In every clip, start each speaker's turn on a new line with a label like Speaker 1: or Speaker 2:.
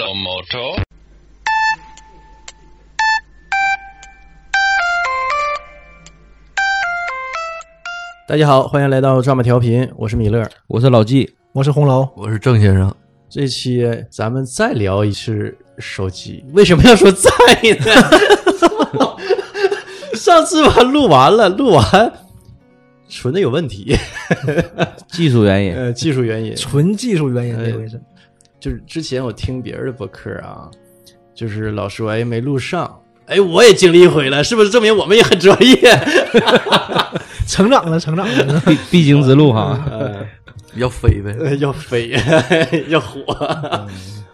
Speaker 1: auto. ”
Speaker 2: 大家好，欢迎来到抓马调频，我是米勒。
Speaker 3: 我是老纪，
Speaker 4: 我是红楼，
Speaker 3: 我是郑先生。
Speaker 2: 这期咱们再聊一次手机，为什么要说再呢？ 上次吧录完了，录完存的有问题，
Speaker 3: 技术原
Speaker 4: 哎
Speaker 3: 因，
Speaker 2: 呃，技术原因，
Speaker 4: 纯技术原因这回事。
Speaker 2: 就是之前我听别人的播客啊，就是老说哎没录上，哎我也经历一回了，是不是证明我们也很专业？
Speaker 4: 成长了，成长了，
Speaker 3: 必必经之路哈。
Speaker 2: 呃
Speaker 3: 要飞 呗
Speaker 2: 呃要飞 要火，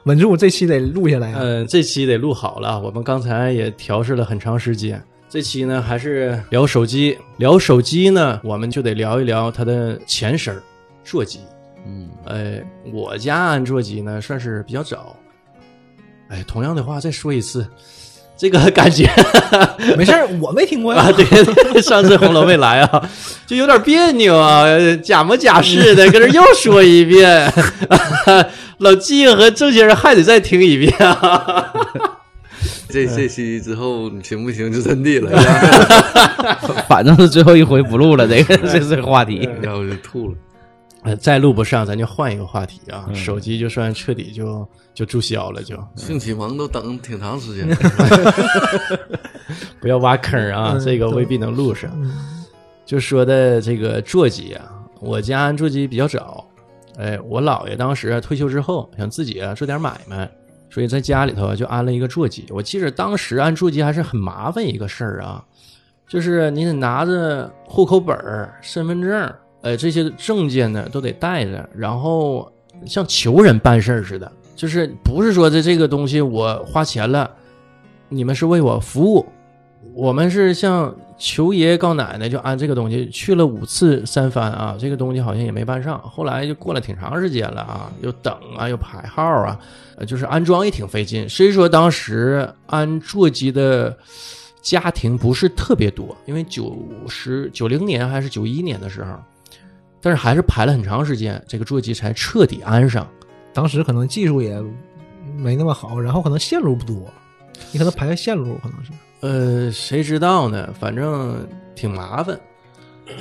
Speaker 4: 稳住，这期得录下来啊。
Speaker 2: 嗯、这期得录好了，我们刚才也调试了很长时间。这期呢还是聊手机，聊手机呢，我们就得聊一聊它的前身儿——座机。
Speaker 3: 嗯，
Speaker 2: 呃，我家安卓机呢算是比较早。哎，同样的话再说一次，这个感觉
Speaker 4: 没事儿，我没听过呀
Speaker 2: 嗯啊，。对，上次红楼没来啊，就有点别扭啊，假模假式的跟这又说一遍， 老季和郑先生还得再听一遍啊。
Speaker 5: 这
Speaker 4: 嗯
Speaker 5: 这期之后你行不行就真的了，
Speaker 3: 反正是最后一回不录了，这个这是个话题。
Speaker 4: 哎嗯
Speaker 5: 然后我就吐了。
Speaker 2: 呃，再录不上，咱就换一个话题啊，手机就算彻底就就注销了，就
Speaker 5: 性启蒙都等挺长时间了，
Speaker 2: 不要挖坑儿啊，
Speaker 4: 嗯
Speaker 2: 这个未必能录上。就说的这个座机啊，我家安座机比较早，哎，我姥爷当时啊退休之后想自己啊做点买卖，所以在家里头啊就安了一个座机。我记得当时安座机还是很麻烦一个事儿啊，就是你得拿着户口本儿、身份证儿，呃，这些证件呢都得带着，然后像求人办事儿似的，就是不是说这这个东西我花钱了，你们是为我服务，我们是像求爷爷告奶奶就按这个东西去了五次三番啊，这个东西好像也没办上，后来就过了挺长时间了啊，又等啊又排号啊，呃，就是安装也挺费劲。虽说当时安座机的家庭不是特别多，因为九十九零年还是九一年的时候，但是还是排了很长时间，这个座机才彻底安上。
Speaker 4: 当时可能技术也没那么好，然后可能线路不多，你可能排个线路，可能是
Speaker 2: 呃，谁知道呢？反正挺麻烦，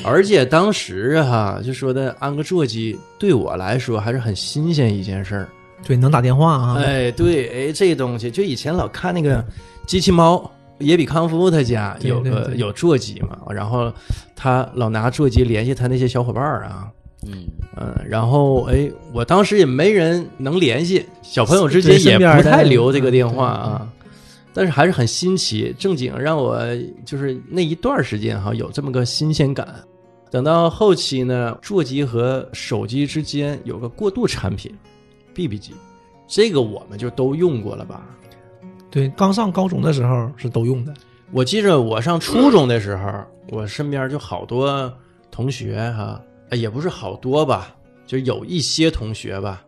Speaker 2: 而且当时哈、就说的安个座机，对我来说还是很新鲜一件事儿。
Speaker 4: 对，能打电话啊。
Speaker 2: 哎，对，哎，这东西就以前老看那个机器猫。野比康夫他家
Speaker 4: 对
Speaker 2: 有
Speaker 4: 对
Speaker 2: 个
Speaker 4: 对
Speaker 2: 有座机嘛，然后他老拿座机联系他那些小伙伴儿啊，
Speaker 5: 嗯，
Speaker 2: 嗯，然后哎，我当时也没人能联系，小朋友之
Speaker 4: 对
Speaker 2: 间也
Speaker 4: 身边
Speaker 2: 不
Speaker 4: 的
Speaker 2: 太留这个电话
Speaker 4: 嗯
Speaker 2: 啊，但是还是很新奇，正经让我就是那一段时间哈有这么个新鲜感。等到后期呢，座机和手机之间有个过渡产品，BB 机，这个我们就都用过了吧？
Speaker 4: 对，刚上高中的时候是都用的，
Speaker 2: 我记着我上初中的时候，我身边就好多同学哈、哎也不是好多吧，就有一些同学吧，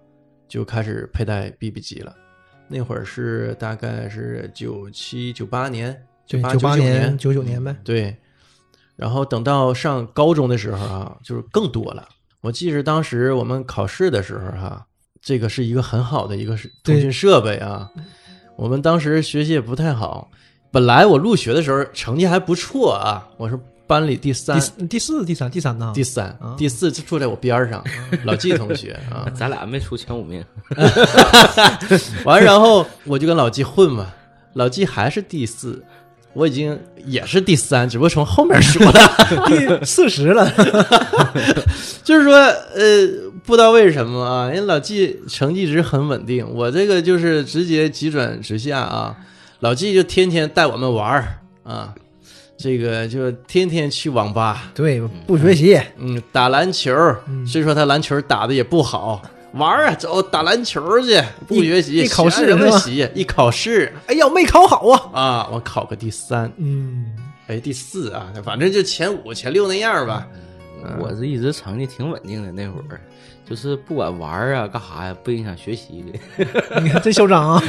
Speaker 2: 就开始佩戴 BB 机了。那会儿是大概是九七九八年，
Speaker 4: 对，
Speaker 2: 八
Speaker 4: 九八
Speaker 2: 啊九
Speaker 4: 年、九九年呗。
Speaker 2: 对。然后等到上高中的时候啊，就是更多了。我记着当时我们考试的时候哈、这个是一个很好的一个是
Speaker 4: 对
Speaker 2: 通讯设备啊。我们当时学习也不太好，本来我入学的时候成绩还不错啊，我是班里第三
Speaker 4: 第、四、第四、第三、第三呢？
Speaker 2: 第三
Speaker 4: 啊、
Speaker 2: 第四，就坐在我边儿上，老季同 学啊。
Speaker 3: 咱俩没出前五名，
Speaker 2: 完，然后我就跟老纪混嘛，老纪还是第四，我已经也是第三，只不过从后面说了。
Speaker 4: 第四十了，
Speaker 2: 就是说，呃，不知道为什么啊，人老纪成绩一直很稳定，我这个就是直接急转直下啊。老纪就天天带我们玩儿啊，这个就天天去网吧，
Speaker 4: 对，不学习，
Speaker 2: 嗯，打篮球儿。
Speaker 4: 嗯
Speaker 2: 虽说他篮球打的也不好，玩儿啊，走打篮球儿去，不
Speaker 4: 一
Speaker 2: 学习，
Speaker 4: 一考试
Speaker 2: 什么
Speaker 4: 是吧
Speaker 2: 习？一考试
Speaker 4: 哎呀，没考好啊。
Speaker 2: 啊，我考个第三，
Speaker 4: 嗯，
Speaker 2: 哎，第四啊，反正就前五、前六那样儿吧。
Speaker 3: 我是一直成绩挺稳定的，那会儿就是不管玩儿啊干啥呀，不影响学习 的。
Speaker 4: 你看真嚣张 啊！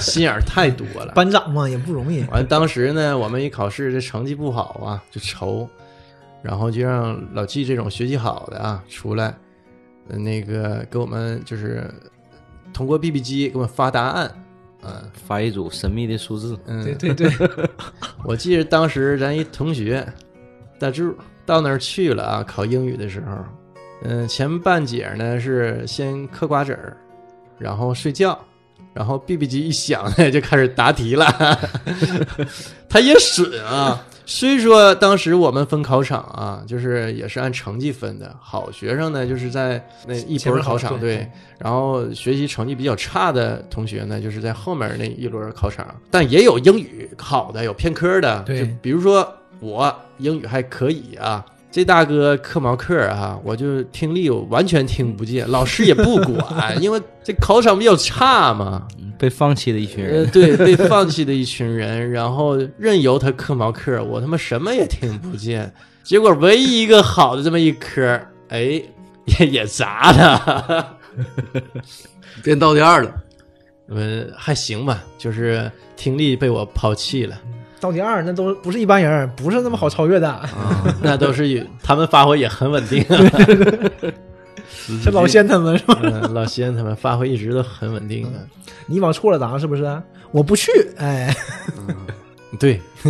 Speaker 2: 心眼儿太多了，
Speaker 4: 班长嘛也不容易，
Speaker 2: 完，当时呢，我们一考试，这成绩不好啊，就愁，然后就让老季这种学习好的啊出来，呃那个给我们就是通过 BB 机给我们发答案，嗯
Speaker 3: 发一组神秘的数字，
Speaker 2: 嗯，
Speaker 4: 对对对，
Speaker 2: 我记得当时咱一同学大柱到那儿去了啊，考英语的时候，嗯、前半截呢是先嗑瓜子儿，然后睡觉，然后 BB 机一响呢就开始答题了， 他也损啊。虽说当时我们分考场啊，就是也是按成绩分的，好学生呢就是在那一
Speaker 4: 前
Speaker 2: 波
Speaker 4: 面
Speaker 2: 考
Speaker 4: 考
Speaker 2: 场
Speaker 4: 对
Speaker 2: 对，然后学习成绩比较差的同学呢，就是在后面那一轮考场，但也有英语好的，有偏科的，
Speaker 4: 对
Speaker 2: 就比如说我英语还可以啊。这大哥克毛克啊，我就听力我完全听不见，老师也不管，因为这考场比较差嘛，
Speaker 3: 嗯被放弃的一群
Speaker 2: 呃，
Speaker 3: 人。
Speaker 2: 对，被放弃的一群人，然后任由他嗑毛嗑，我他妈什么也听不见。结果唯一一个好的这么一科，哎，也也砸了，
Speaker 5: 变到第二了，
Speaker 2: 嗯，还行吧，就是听力被我抛弃了，
Speaker 4: 到第二那都不是一般人，不是那么好超越的。
Speaker 2: 那都是有他们发挥也很稳定，啊
Speaker 4: 这老仙他 们是吧？
Speaker 2: 嗯，老仙他们发挥一直都很稳定啊的，
Speaker 4: 你往错了答是不是？我不去，哎，
Speaker 2: 对，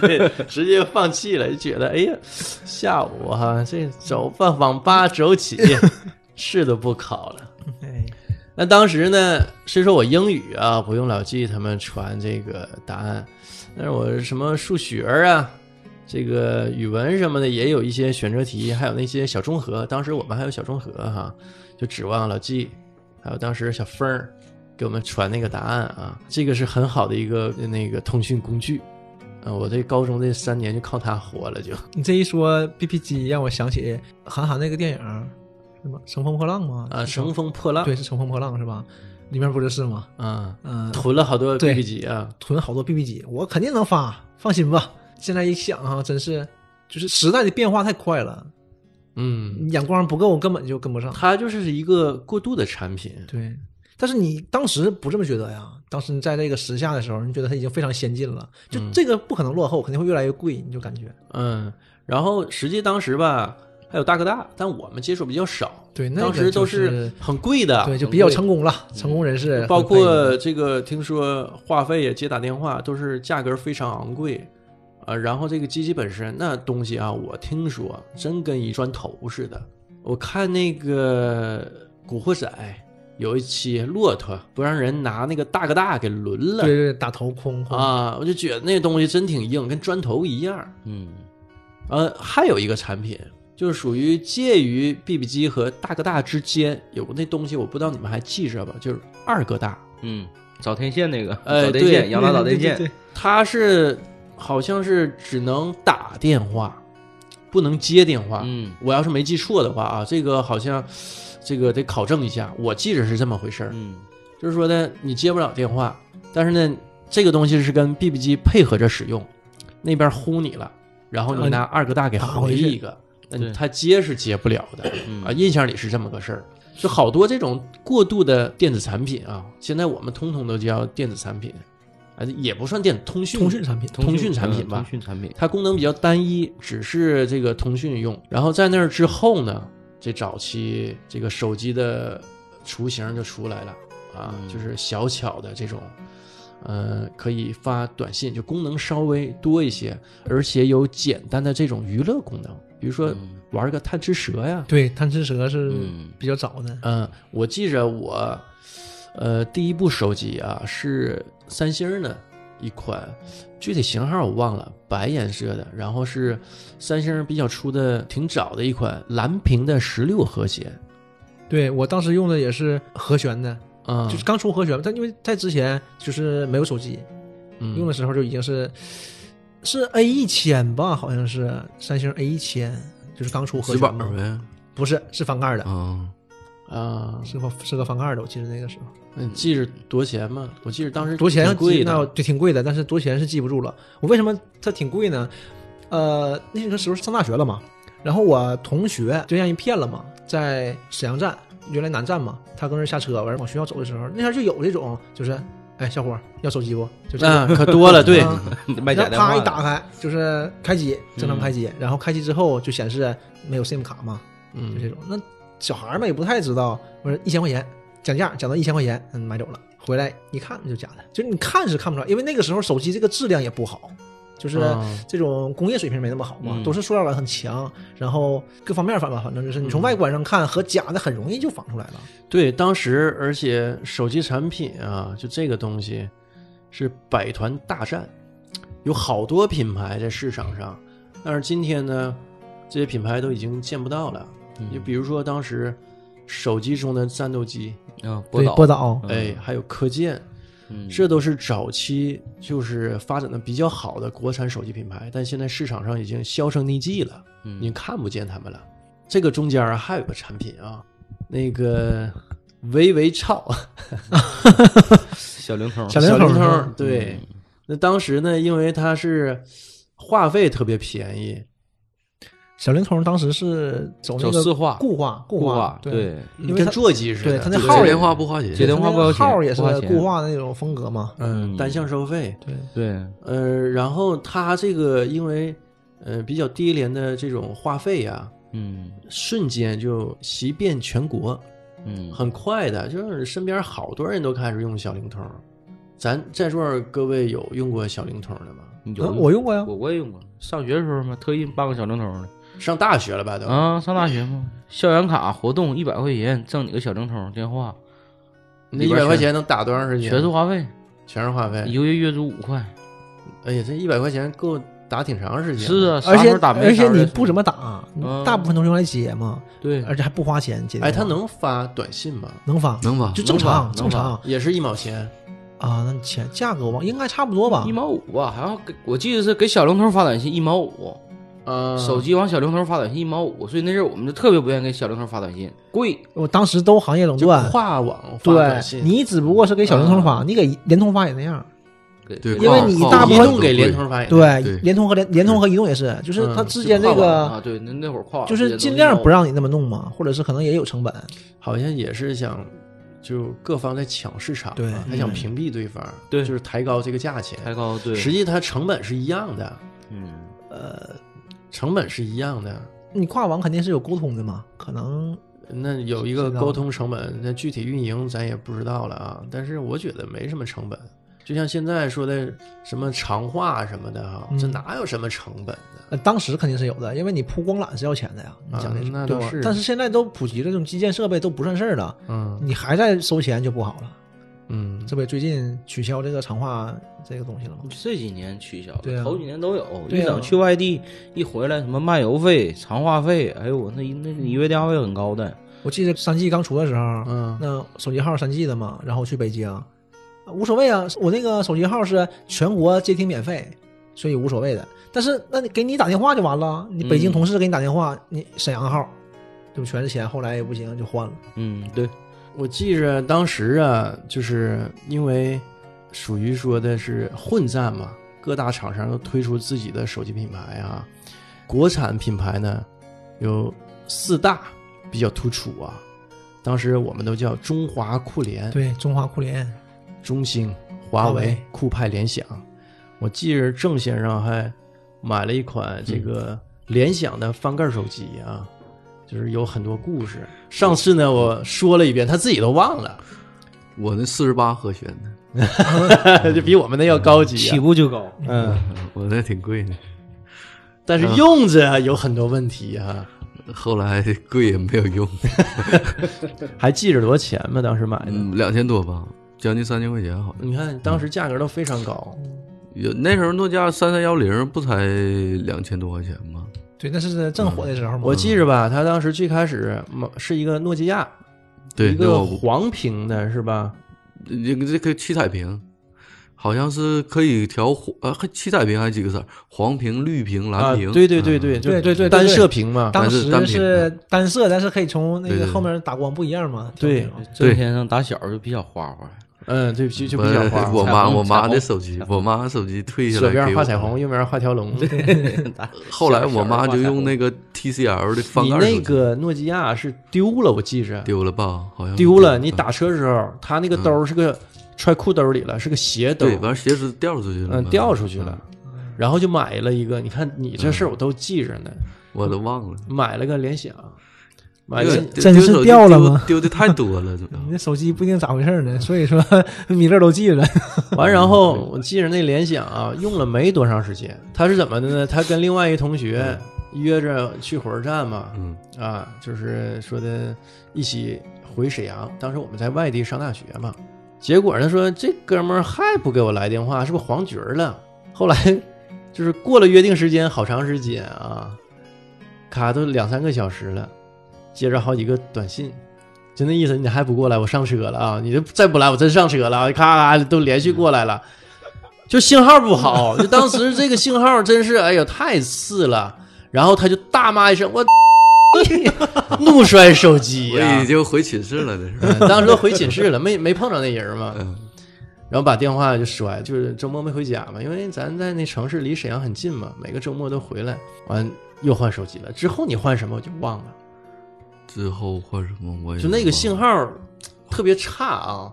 Speaker 2: 对，直接放弃了，就觉得哎呀，下午哈、这走吧，网吧走起，是都不考了。
Speaker 4: 哎
Speaker 2: 那当时呢，虽说我英语啊不用老记他们传这个答案，但是我什么数学啊，这个语文什么的也有一些选择题，还有那些小综合。当时我们还有小综合哈，就指望老记，还有当时小峰儿给我们传那个答案啊，这个是很好的一个那个通讯工具。啊，我这高中这三年就靠它活了就，
Speaker 4: 你这一说 B P 机，让我想起韩寒那个电影儿，什么《乘风破浪》吗？
Speaker 2: 啊，
Speaker 4: 是
Speaker 2: 乘风破浪，
Speaker 4: 对，是《乘风破浪》是吧？里面不就是吗？
Speaker 2: 啊，
Speaker 4: 嗯、
Speaker 2: 囤了好多
Speaker 4: 对
Speaker 2: BB 机啊，
Speaker 4: 囤好多 B B 机，我肯定能发，放心吧。现在一想啊，真是就是时代的变化太快了，
Speaker 2: 嗯，
Speaker 4: 你眼光不够，根本就跟不上。
Speaker 2: 它就是一个过渡的产品。
Speaker 4: 对，但是你当时不这么觉得呀？当时你在这个时下的时候，你觉得它已经非常先进了，就这个不可能落后，肯定会越来越贵，你就感觉。
Speaker 2: 嗯，然后实际当时吧，还有大哥大，但我们接触比较少。
Speaker 4: 对那个
Speaker 2: 当时都
Speaker 4: 就是
Speaker 2: 很贵的，
Speaker 4: 对，就
Speaker 2: 啊很
Speaker 4: 比较
Speaker 2: 贵嗯
Speaker 4: 成功了，成功人士
Speaker 2: 包
Speaker 4: 会配合
Speaker 2: 括这个，听说话费、接打电话都是价格非常昂贵，啊，然后这个机器本身那东西啊，我听说真跟一砖头似的。我看那个《古惑仔》有一期骆驼不让人拿那个大哥大给抡了
Speaker 4: 对对打头空空
Speaker 2: 啊，我就觉得那东西真挺硬，跟砖头一样。
Speaker 3: 嗯，
Speaker 2: 呃，还有一个产品，就是属于介于 BB 机和大哥大之间，有个那东西，我不知道你们还记着吧？就是二哥大，
Speaker 3: 嗯，找天线那个，
Speaker 2: 哎
Speaker 3: 找天
Speaker 2: 对
Speaker 3: 线，养老找
Speaker 4: 对
Speaker 3: 天线
Speaker 4: 对对，
Speaker 2: 它是好像是只能打电话，不能接电话。
Speaker 3: 嗯
Speaker 2: 我要是没记错的话啊，这个好像这个得考证一下，我记着是这么回事儿。
Speaker 3: 嗯，
Speaker 2: 就是说呢，你接不了电话，但是呢，这个东西是跟 BB 机配合着使用，那边呼你了，然后你拿二哥大给
Speaker 4: 打
Speaker 2: 回
Speaker 4: 回去
Speaker 2: 一个，那你
Speaker 3: 对
Speaker 2: 他接是接不了的
Speaker 3: 嗯
Speaker 2: 啊。印象里是这么个事儿，就好多这种过度的电子产品啊，现在我们通通都叫电子产品，啊，也不算电子通讯
Speaker 4: 通讯产品
Speaker 2: 通讯产品
Speaker 3: 嗯
Speaker 2: 吧
Speaker 3: 通讯产品，
Speaker 2: 它功能比较单一，只是这个通讯用。然后在那儿之后呢，这早期这个手机的雏形就出来了啊，
Speaker 3: 嗯
Speaker 2: 就是小巧的这种，呃，可以发短信，就功能稍微多一些，而且有简单的这种娱乐功能，比如说
Speaker 3: 嗯
Speaker 2: 玩个贪吃蛇呀，
Speaker 4: 对贪吃蛇是
Speaker 3: 嗯
Speaker 4: 比较早的，
Speaker 2: 嗯，我记着我，呃，第一部手机啊是三星儿的一款，具体型号我忘了，白颜色的，然后是三星儿比较出的挺早的一款蓝屏的十六和弦，
Speaker 4: 对我当时用的也是和弦的，
Speaker 2: 啊、
Speaker 4: 就是刚出和弦，但因为在之前就是没有手机，
Speaker 2: 嗯
Speaker 4: 用的时候就已经是是 A 一千吧，好像是三星 A 一千，就是刚出和
Speaker 5: 纸板
Speaker 4: 弦
Speaker 5: 儿
Speaker 4: 嘛，
Speaker 5: 呗。
Speaker 4: 不是是翻盖的，
Speaker 5: 啊，
Speaker 2: 啊，
Speaker 4: 是个是个翻盖的，我记得那个时候。
Speaker 2: 那你记着多少钱吗？我记着当时
Speaker 4: 多钱
Speaker 2: 挺贵
Speaker 4: 那
Speaker 2: 的，
Speaker 4: 对挺贵的，但是多钱是记不住了。我为什么它挺贵呢？呃，那个时候上大学了嘛，然后我同学就让人骗了嘛，在沈阳站，原来南站嘛，他搁那儿下车，完了往学校走的时候，那天就有这种，就是哎小伙儿要手机不？就这
Speaker 2: 那、
Speaker 4: 样。
Speaker 2: 可多了，对，
Speaker 4: 啊
Speaker 3: 嗯卖假
Speaker 4: 然
Speaker 3: 电
Speaker 4: 后
Speaker 3: 话
Speaker 4: 啪
Speaker 3: 的，嗯
Speaker 4: 一打开就是开机，正常开机，然后开机之后就显示没有 SIM 卡嘛，就这
Speaker 2: 嗯
Speaker 4: 种。那小孩儿嘛也不太知道，我说一千块钱，讲价讲到一千块钱，嗯，买走了。回来一看就假的，就是你看是看不出来，因为那个时候手机这个质量也不好，就是
Speaker 2: 啊
Speaker 4: 这种工业水平没那么好嘛，
Speaker 3: 嗯
Speaker 4: 都是塑料感很强，然后各方面反吧，反正就是你从外观上看和假的很容易就仿出来了。
Speaker 2: 对，当时而且手机产品啊，就这个东西是百团大战，有好多品牌在市场上，但是今天呢，这些品牌都已经见不到了。
Speaker 3: 嗯
Speaker 2: 就比如说当时手机中的战斗机，
Speaker 3: 嗯，波
Speaker 4: 对，
Speaker 3: 导，
Speaker 4: 波导，
Speaker 3: 嗯
Speaker 2: 哎，还有科健，
Speaker 3: 嗯，
Speaker 2: 这都是早期就是发展的比较好的国产手机品牌，但现在市场上已经销声匿迹了，
Speaker 3: 嗯
Speaker 2: 已经看不见他们了。这个中间儿还有个产品啊，那个微微超
Speaker 3: 小灵通，
Speaker 4: 小
Speaker 2: 小
Speaker 4: 灵
Speaker 2: 灵
Speaker 4: 通
Speaker 2: 通
Speaker 4: 儿嗯
Speaker 2: 儿，对，那当时呢，因为它是话费特别便宜，
Speaker 4: 小灵通当时是走那
Speaker 3: 走
Speaker 4: 个
Speaker 3: 市话
Speaker 4: 固话，
Speaker 3: 固
Speaker 4: 话
Speaker 3: 话，，
Speaker 4: 啊对，
Speaker 3: 啊对，
Speaker 4: 因为
Speaker 2: 跟
Speaker 4: 它
Speaker 2: 座机似的，
Speaker 4: 对它那
Speaker 5: 接
Speaker 4: 号儿
Speaker 5: 电话不花钱，
Speaker 3: 接电话不
Speaker 4: 它那
Speaker 3: 要
Speaker 4: 个
Speaker 3: 钱，
Speaker 4: 号儿也是
Speaker 3: 不花钱
Speaker 4: 固，话的那种风格嘛。
Speaker 2: 嗯，
Speaker 3: 嗯
Speaker 2: 单向收费，
Speaker 4: 对，
Speaker 3: 对，
Speaker 2: 呃，然后它这个因为呃比较低廉的这种话费啊，
Speaker 3: 嗯
Speaker 2: 瞬间就席遍全国，
Speaker 3: 嗯，
Speaker 2: 很快的，就是身边好多人都开始用小灵通。咱在座儿各位有用过小灵通的吗？
Speaker 3: 有
Speaker 4: 嗯我用过呀
Speaker 3: 我我也用过，上学的时候嘛，特意办个小灵通的
Speaker 2: 上大学了吧都？
Speaker 3: 啊，上大学嘛，校园卡活动一百块钱赠你个小灵通电话，
Speaker 2: 那
Speaker 3: 里
Speaker 2: 一
Speaker 3: 边
Speaker 2: 百
Speaker 3: 全
Speaker 2: 块钱能打多长
Speaker 4: 哎
Speaker 2: 时间？
Speaker 3: 全是话费，
Speaker 2: 全是话费。
Speaker 3: 一个月月租五块，
Speaker 2: 哎呀，这一百块钱够打挺长时间。
Speaker 3: 是，啊，啥
Speaker 4: 而
Speaker 3: 时
Speaker 4: 且
Speaker 3: 候打没
Speaker 4: 而
Speaker 3: 啥
Speaker 4: 且
Speaker 3: 时候
Speaker 4: 你
Speaker 3: 再
Speaker 4: 不怎么打，
Speaker 3: 嗯
Speaker 4: 大部分都是用来接嘛，
Speaker 3: 对，
Speaker 4: 而且还不花钱接电话。
Speaker 2: 哎，他能发短信吗？
Speaker 4: 能发，
Speaker 5: 能吧
Speaker 4: 就？正常
Speaker 3: 能发
Speaker 4: 正常啊。
Speaker 2: 也是一毛钱。
Speaker 4: 那你钱价格忘应该差不多吧
Speaker 3: 一？毛五吧，好像给我记得是给小灵通发短信一毛五，
Speaker 2: 啊，
Speaker 3: 手机往小灵通发短信一毛五，所以那阵儿我们就特别不愿意给小灵通发短信，贵。
Speaker 4: 我当时都行业垄
Speaker 2: 就
Speaker 4: 断，
Speaker 2: 跨网发
Speaker 4: 对
Speaker 2: 短信。
Speaker 4: 你只不过是给小灵通发，你给联通发也那样。
Speaker 3: 给
Speaker 5: 对，
Speaker 4: 因为
Speaker 5: 跨
Speaker 4: 你
Speaker 5: 跨
Speaker 4: 大
Speaker 5: 网
Speaker 4: 部
Speaker 2: 移
Speaker 4: 分
Speaker 5: 都
Speaker 2: 动给
Speaker 5: 贵
Speaker 2: 联通发也
Speaker 4: 对
Speaker 5: 对，
Speaker 4: 联通和联联通和移动也是，就是它之间这
Speaker 3: 跨网
Speaker 4: 个
Speaker 3: 啊，对，那那会儿跨网
Speaker 4: 就是尽量不让你那么弄嘛，或者是可能也有成本。
Speaker 2: 好像也是想，就各方在抢市场嘛，
Speaker 4: 对
Speaker 2: 还想屏蔽对方，
Speaker 3: 对
Speaker 2: 就是抬高这个价钱。
Speaker 3: 抬高，对，
Speaker 2: 实际它成本是一样的，
Speaker 3: 嗯，
Speaker 2: 成本是一样的。
Speaker 4: 你跨网肯定是有沟通的嘛，可能
Speaker 2: 那有一个
Speaker 4: 知道
Speaker 2: 沟通成本，那具体运营咱也不知道了啊。但是我觉得没什么成本，就像现在说的什么长话什么的哈、
Speaker 4: 嗯
Speaker 2: 这哪有什么成本呢？
Speaker 4: 呃当时肯定是有的，因为你铺光缆是要钱的呀。你讲
Speaker 2: 啊
Speaker 4: 的是
Speaker 2: 那
Speaker 4: 对
Speaker 2: 倒
Speaker 4: 吧
Speaker 2: 是
Speaker 4: 但是现在都普及了，这种基建设备都不算事儿了，
Speaker 2: 嗯
Speaker 4: 你还在收钱就不好了。
Speaker 2: 嗯，
Speaker 4: 这不也最近取消这个长话这个东西了吗？
Speaker 3: 这几年取消
Speaker 4: 对
Speaker 3: 了，
Speaker 4: 啊
Speaker 3: 头几年都有。
Speaker 4: 对啊
Speaker 3: 一整去外地，一回来什么漫游费、长话费，哎呦，我那一那一个月电话费很高的，
Speaker 4: 我记得三 G 刚出的时候，
Speaker 2: 嗯
Speaker 4: 那手机号三 G 的嘛，然后去北京，啊无所谓啊，我那个手机号是全国接听免费，所以无所谓的。但是那你给你打电话就完了，你北京
Speaker 3: 嗯
Speaker 4: 同事给你打电话，你沈阳号，这不全是钱，后来也不行就换了。
Speaker 3: 嗯，对，
Speaker 2: 我记着当时啊，就是因为属于说的是混战嘛，各大厂商都推出自己的手机品牌啊，国产品牌呢有四大比较突出啊。当时我们都叫中华酷联，
Speaker 4: 对，中华酷联，
Speaker 2: 中兴、华
Speaker 4: 华为
Speaker 2: 为、酷派、联想。我记着郑先生还买了一款这
Speaker 4: 嗯
Speaker 2: 个联想的翻盖手机啊，就是有很多故事。上次呢，我说了一遍，他自己都忘了，
Speaker 5: 我那四十八和弦 的，
Speaker 2: 就比我们那要高级、
Speaker 3: 起
Speaker 2: 啊。
Speaker 3: 步就高。
Speaker 2: 嗯，
Speaker 5: 我那挺贵的，
Speaker 2: 但是用着有很多问题啊哈、
Speaker 5: 后来贵也没有 用，
Speaker 2: 还记着多少钱吗？当时买的，
Speaker 5: 嗯，两千多吧，将近三千块钱好像。
Speaker 2: 你看当时价格都非常高。
Speaker 5: 有那时候诺基亚三三幺零不才两千多块钱吗？
Speaker 4: 对，那是正火的时候嘛。
Speaker 5: 嗯
Speaker 2: 我记着吧，他当时最开始买是一个诺基亚，
Speaker 5: 对，
Speaker 2: 一
Speaker 5: 那
Speaker 2: 个
Speaker 5: 我
Speaker 2: 黄屏的是吧？
Speaker 5: 这个这个七彩屏，好像是可以调黄啊，还七彩屏还是几个色儿？黄屏、绿屏、蓝屏。
Speaker 2: 啊，对对对对，就
Speaker 4: 对对对对
Speaker 2: 单射屏嘛，
Speaker 4: 当
Speaker 5: 但是
Speaker 4: 时
Speaker 5: 单屏
Speaker 4: 是单色，但是可以从那
Speaker 5: 对
Speaker 4: 个
Speaker 5: 对对
Speaker 4: 后面打光不一样嘛。
Speaker 2: 对
Speaker 4: 调那种
Speaker 3: 郑先生打小就比较花花，
Speaker 2: 嗯，对，就就
Speaker 5: 不
Speaker 2: 比较 花，
Speaker 5: 我
Speaker 3: 彩
Speaker 5: 妈
Speaker 3: 虹
Speaker 5: 我妈
Speaker 3: 彩虹
Speaker 5: 的手机，我妈手机退下
Speaker 2: 左
Speaker 5: 来给我
Speaker 2: 边画彩虹，右边画条龙。 对，
Speaker 5: 后来我妈就用那
Speaker 3: 个
Speaker 5: 个 TCL 的翻
Speaker 2: 你
Speaker 5: 盖手
Speaker 2: 那
Speaker 5: 机
Speaker 2: 个诺基亚是丢了，我记着
Speaker 5: 丢了吧？好像
Speaker 2: 丢了。你嗯打车的时候，他那个兜是个揣裤兜里了，是个斜兜
Speaker 5: 嗯对，，完鞋子掉出去了嘛，
Speaker 2: 嗯，掉出去了。然后就买了一个，你看你这事儿我都记着呢，
Speaker 5: 我都忘了。
Speaker 2: 买了个联想，妈呀
Speaker 5: 这个
Speaker 2: 这
Speaker 5: 丢
Speaker 4: 真是
Speaker 5: 丢手机
Speaker 4: 掉了
Speaker 5: 丢
Speaker 4: 吗
Speaker 5: 丢的太多了，怎
Speaker 4: 你
Speaker 5: 么？
Speaker 4: 那手机不一定咋回事儿呢，所以说 米粒儿都记了。
Speaker 2: 完，然后我记着那联想啊，用了没多长时间。他是怎么的呢？他跟另外一同学约着去火车站嘛，
Speaker 5: 嗯
Speaker 2: 啊，就是说的一起回沈阳。当时我们在外地上大学嘛，结果他说这哥们儿还不给我来电话，是不是黄局儿了？后来 就是过了约定时间好长时间啊，卡都两三个小时了，接着好几个短信。就那意思，你还不过来，我上车了啊！你这再不来，我真上车了啊！咔咔都连续过来了，就信号不好，就当时这个信号真是，哎呦太次了。然后他就大骂一声：“我 怒摔手机
Speaker 5: 我
Speaker 2: 哎呀、
Speaker 5: 已经回寝室了，这是。
Speaker 2: 嗯当时都回寝室了，没没碰着那人嘛，
Speaker 5: 嗯
Speaker 2: 然后把电话就摔，就是周末没回家嘛，因为咱在那城市离沈阳很近嘛，每个周末都回来，完又换手机了。之后你换什么我就忘了，
Speaker 5: 之后换什么我也
Speaker 2: 就那个信
Speaker 5: 号。
Speaker 2: 号儿特别差啊！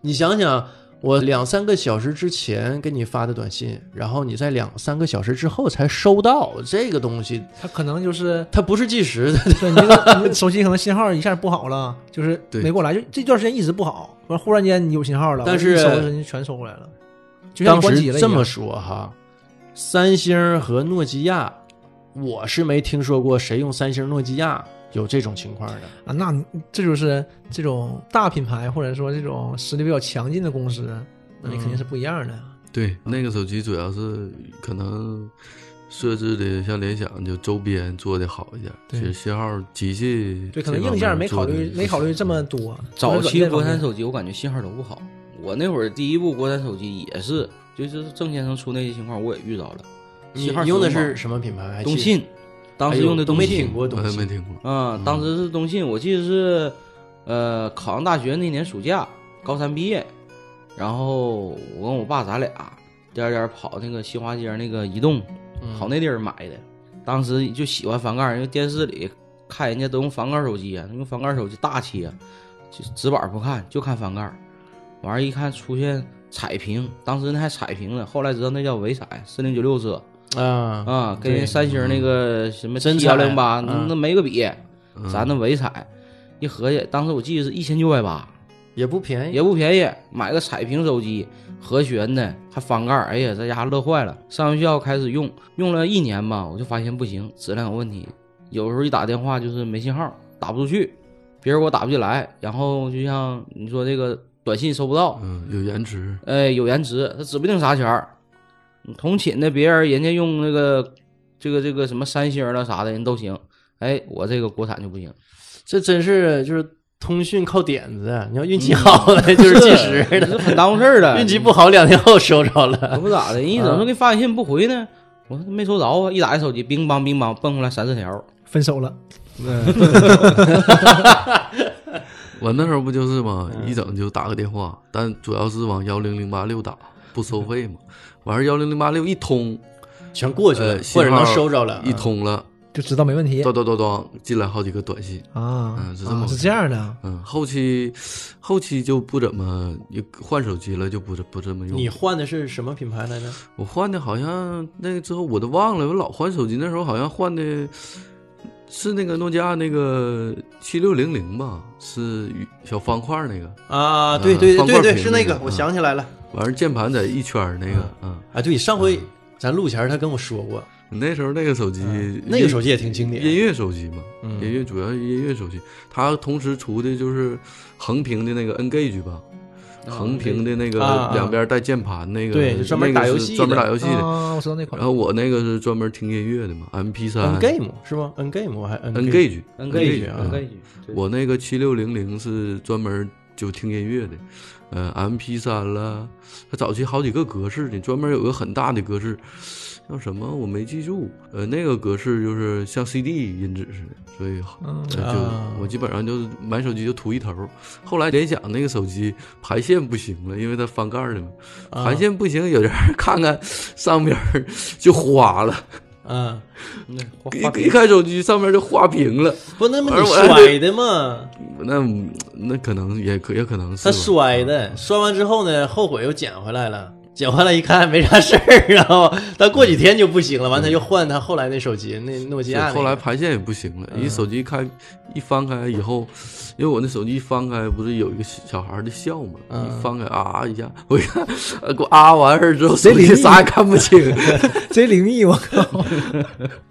Speaker 2: 你想想，我两三个小时之前给你发的短信，然后你在两三个小时之后才收到，这个东西
Speaker 4: 他可能就是
Speaker 2: 它不是计时的，
Speaker 4: 对你这个你这手机可能信号一下不好了，就是
Speaker 5: 对
Speaker 4: 没过来，就这段时间一直不好，完忽然间你有信号了，
Speaker 2: 但是
Speaker 4: 我一搜人家全收过来了，就像
Speaker 2: 当
Speaker 4: 你关机
Speaker 2: 时
Speaker 4: 了一
Speaker 2: 这
Speaker 4: 样
Speaker 2: 么说哈，三星和诺基亚，我是没听说过谁用三星、诺基亚有这种情况的。
Speaker 4: 啊，那你这就是这种大品牌或者说这种实力比较强劲的公司，那你肯定是不一样的。啊
Speaker 5: 对，那个手机主要是可能设置的像联想就周边做的好一点，其
Speaker 4: 对
Speaker 5: 实信号机器
Speaker 4: 对，可能硬件没考虑没考虑这么多，
Speaker 3: 早期国
Speaker 4: 产
Speaker 3: 产手机我感觉信号都不好，我那会儿第一部国产手机也是，就是郑先生出那些情况我也遇到了，
Speaker 2: 你
Speaker 3: 信号
Speaker 2: 用的
Speaker 3: 使用
Speaker 2: 是
Speaker 3: 不好
Speaker 2: 什么品牌？
Speaker 3: 东信，当时用的
Speaker 2: 都
Speaker 3: 东
Speaker 2: 没
Speaker 3: 信
Speaker 2: 听过
Speaker 5: 我
Speaker 2: 东
Speaker 5: 还嗯没
Speaker 2: 信。
Speaker 5: 听过。
Speaker 3: 啊、
Speaker 2: 嗯
Speaker 3: 当时是东信，我记得是，呃，考上大学那年暑假，高三毕业，然后我跟我爸咱俩颠儿颠儿跑那个西华街那个移动，
Speaker 2: 嗯
Speaker 3: 跑那地儿买的，当时就喜欢翻盖儿，因为电视里看人家都用翻盖儿手机啊，用翻盖儿手机大切、啊就直板儿不看，就看翻盖儿，完儿一看出现彩屏，当时那还彩屏呢，后来知道那叫伪彩，四零九六色。
Speaker 2: 啊
Speaker 3: 啊，跟
Speaker 2: 对
Speaker 3: 人三星那个什么
Speaker 2: 真
Speaker 3: 七
Speaker 2: 彩
Speaker 3: 幺零八
Speaker 2: 嗯
Speaker 3: 那没个比，
Speaker 5: 嗯
Speaker 3: 咱那伪彩一合计，当时我记得是一千九百八，
Speaker 2: 也不
Speaker 5: 哎
Speaker 2: 便宜，
Speaker 3: 也不便宜，买个彩屏手机，和弦的，还翻盖儿，哎呀，在家乐坏了。上学校开始用，用了一年吧，我就发现不行，质量有问题，有时候一打电话就是没信号，打不出去，别人给我打不进来，然后就像你说这个短信收不到，
Speaker 5: 嗯，有延迟，
Speaker 3: 哎，有延迟，他指不定啥钱儿。同寝的别人，人家用那个这个这个什么三星儿了啊啥的，人都行。哎，我这个国产就不行。
Speaker 2: 这真是就是通讯靠点子，啊你要运气好 了嗯就是嗯呃计时
Speaker 3: 你
Speaker 2: 的，
Speaker 3: 这很耽误事儿的。
Speaker 2: 运气不好嗯两天后收着
Speaker 3: 可
Speaker 2: 了。
Speaker 3: 不咋的，人家怎么说给发短信不回呢？我说没收着啊，一打开手机，乒乓乒乓蹦出来三四条。
Speaker 4: 分手了，
Speaker 5: 我那时候不就是嘛，一整就打个电话，但主要是往幺零零八六打，不收费嘛。完事幺零零八六一通，
Speaker 2: 全过去了，
Speaker 5: 呃，
Speaker 2: 或者能
Speaker 5: 信号
Speaker 2: 收着
Speaker 4: 嗯
Speaker 2: 了。啊
Speaker 5: 一通了，
Speaker 4: 就知道没问题
Speaker 5: 咚咚咚咚，进来好几个短信。
Speaker 4: 啊
Speaker 5: 嗯是这么
Speaker 4: 啊
Speaker 5: 回事
Speaker 4: 是这样的啊。
Speaker 5: 嗯，后期后期就不怎么，你换手机了就不不这么用。
Speaker 2: 你换的是什么品牌来着？
Speaker 5: 我换的好像那个之后我都忘了，我老换手机，那时候好像换的是那个诺基亚那个七六零零吧，是小方块那个，
Speaker 2: 啊，
Speaker 5: 嗯
Speaker 2: 对对对
Speaker 5: 方块
Speaker 2: 对对，
Speaker 5: 屏
Speaker 2: 是那个，
Speaker 5: 嗯
Speaker 2: 我想起来了。
Speaker 5: 完事儿键盘在一圈儿那个，嗯，
Speaker 2: 啊，对，上回咱录前儿他跟我说过，啊
Speaker 5: 那时候那个手机，
Speaker 2: 嗯那个手机也嗯挺经典。
Speaker 5: 音乐手机嘛，音乐主要是音乐手机，它同时出的就是横屏的那个 Engage 吧。
Speaker 2: 嗯
Speaker 5: 横屏的那个
Speaker 2: 啊
Speaker 5: 两边带键盘那个，
Speaker 2: 对就专门打游戏的
Speaker 5: 那个是专门打游戏的。
Speaker 4: 啊，我知道那款
Speaker 5: 然后我那个是专门听音乐的嘛，MP 三
Speaker 2: N game 是吗？N game 还啊 N
Speaker 5: Engage
Speaker 2: Engage，
Speaker 5: 嗯
Speaker 2: Engage，
Speaker 5: 我那个七六零零是专门就听音乐的，呃，M P 三啦，它早期好几个格式的，专门有个很大的格式，叫什么我没记住，呃，那个格式就是像 C D 音质似的，所以、
Speaker 4: 嗯
Speaker 5: 呃
Speaker 2: 啊
Speaker 5: 就我基本上就是买手机就图一头。后来联想那个手机排线不行了，因为它翻盖儿的嘛，
Speaker 2: 啊
Speaker 5: 排线不行，有人儿看看上边儿就花了，
Speaker 2: 嗯，
Speaker 3: 那花花
Speaker 5: 一一看手机上面就花屏了。
Speaker 2: 不，那么
Speaker 5: 而
Speaker 2: 你
Speaker 5: 我
Speaker 2: 甩的嘛，
Speaker 5: 那那可能也可也可能是
Speaker 2: 他
Speaker 5: 吧
Speaker 2: 摔的，摔完之后呢，后悔又捡回来了。剪完了，一看没啥事儿，然后但过几天就不行了，完他又换他后来那手机，那诺基
Speaker 5: 对
Speaker 2: 亚那个。
Speaker 5: 嗯
Speaker 2: 嗯
Speaker 5: 后来排线也不行了，一手机开一翻开以后，因为我那手机一翻开，不是有一个小孩儿的笑嘛，
Speaker 2: 嗯
Speaker 5: 一翻开啊一下， 我一看呃给我啊完事儿之后，手
Speaker 4: 灵
Speaker 5: 机
Speaker 4: 异
Speaker 5: 啥也看不清。
Speaker 4: 贼灵异，我靠！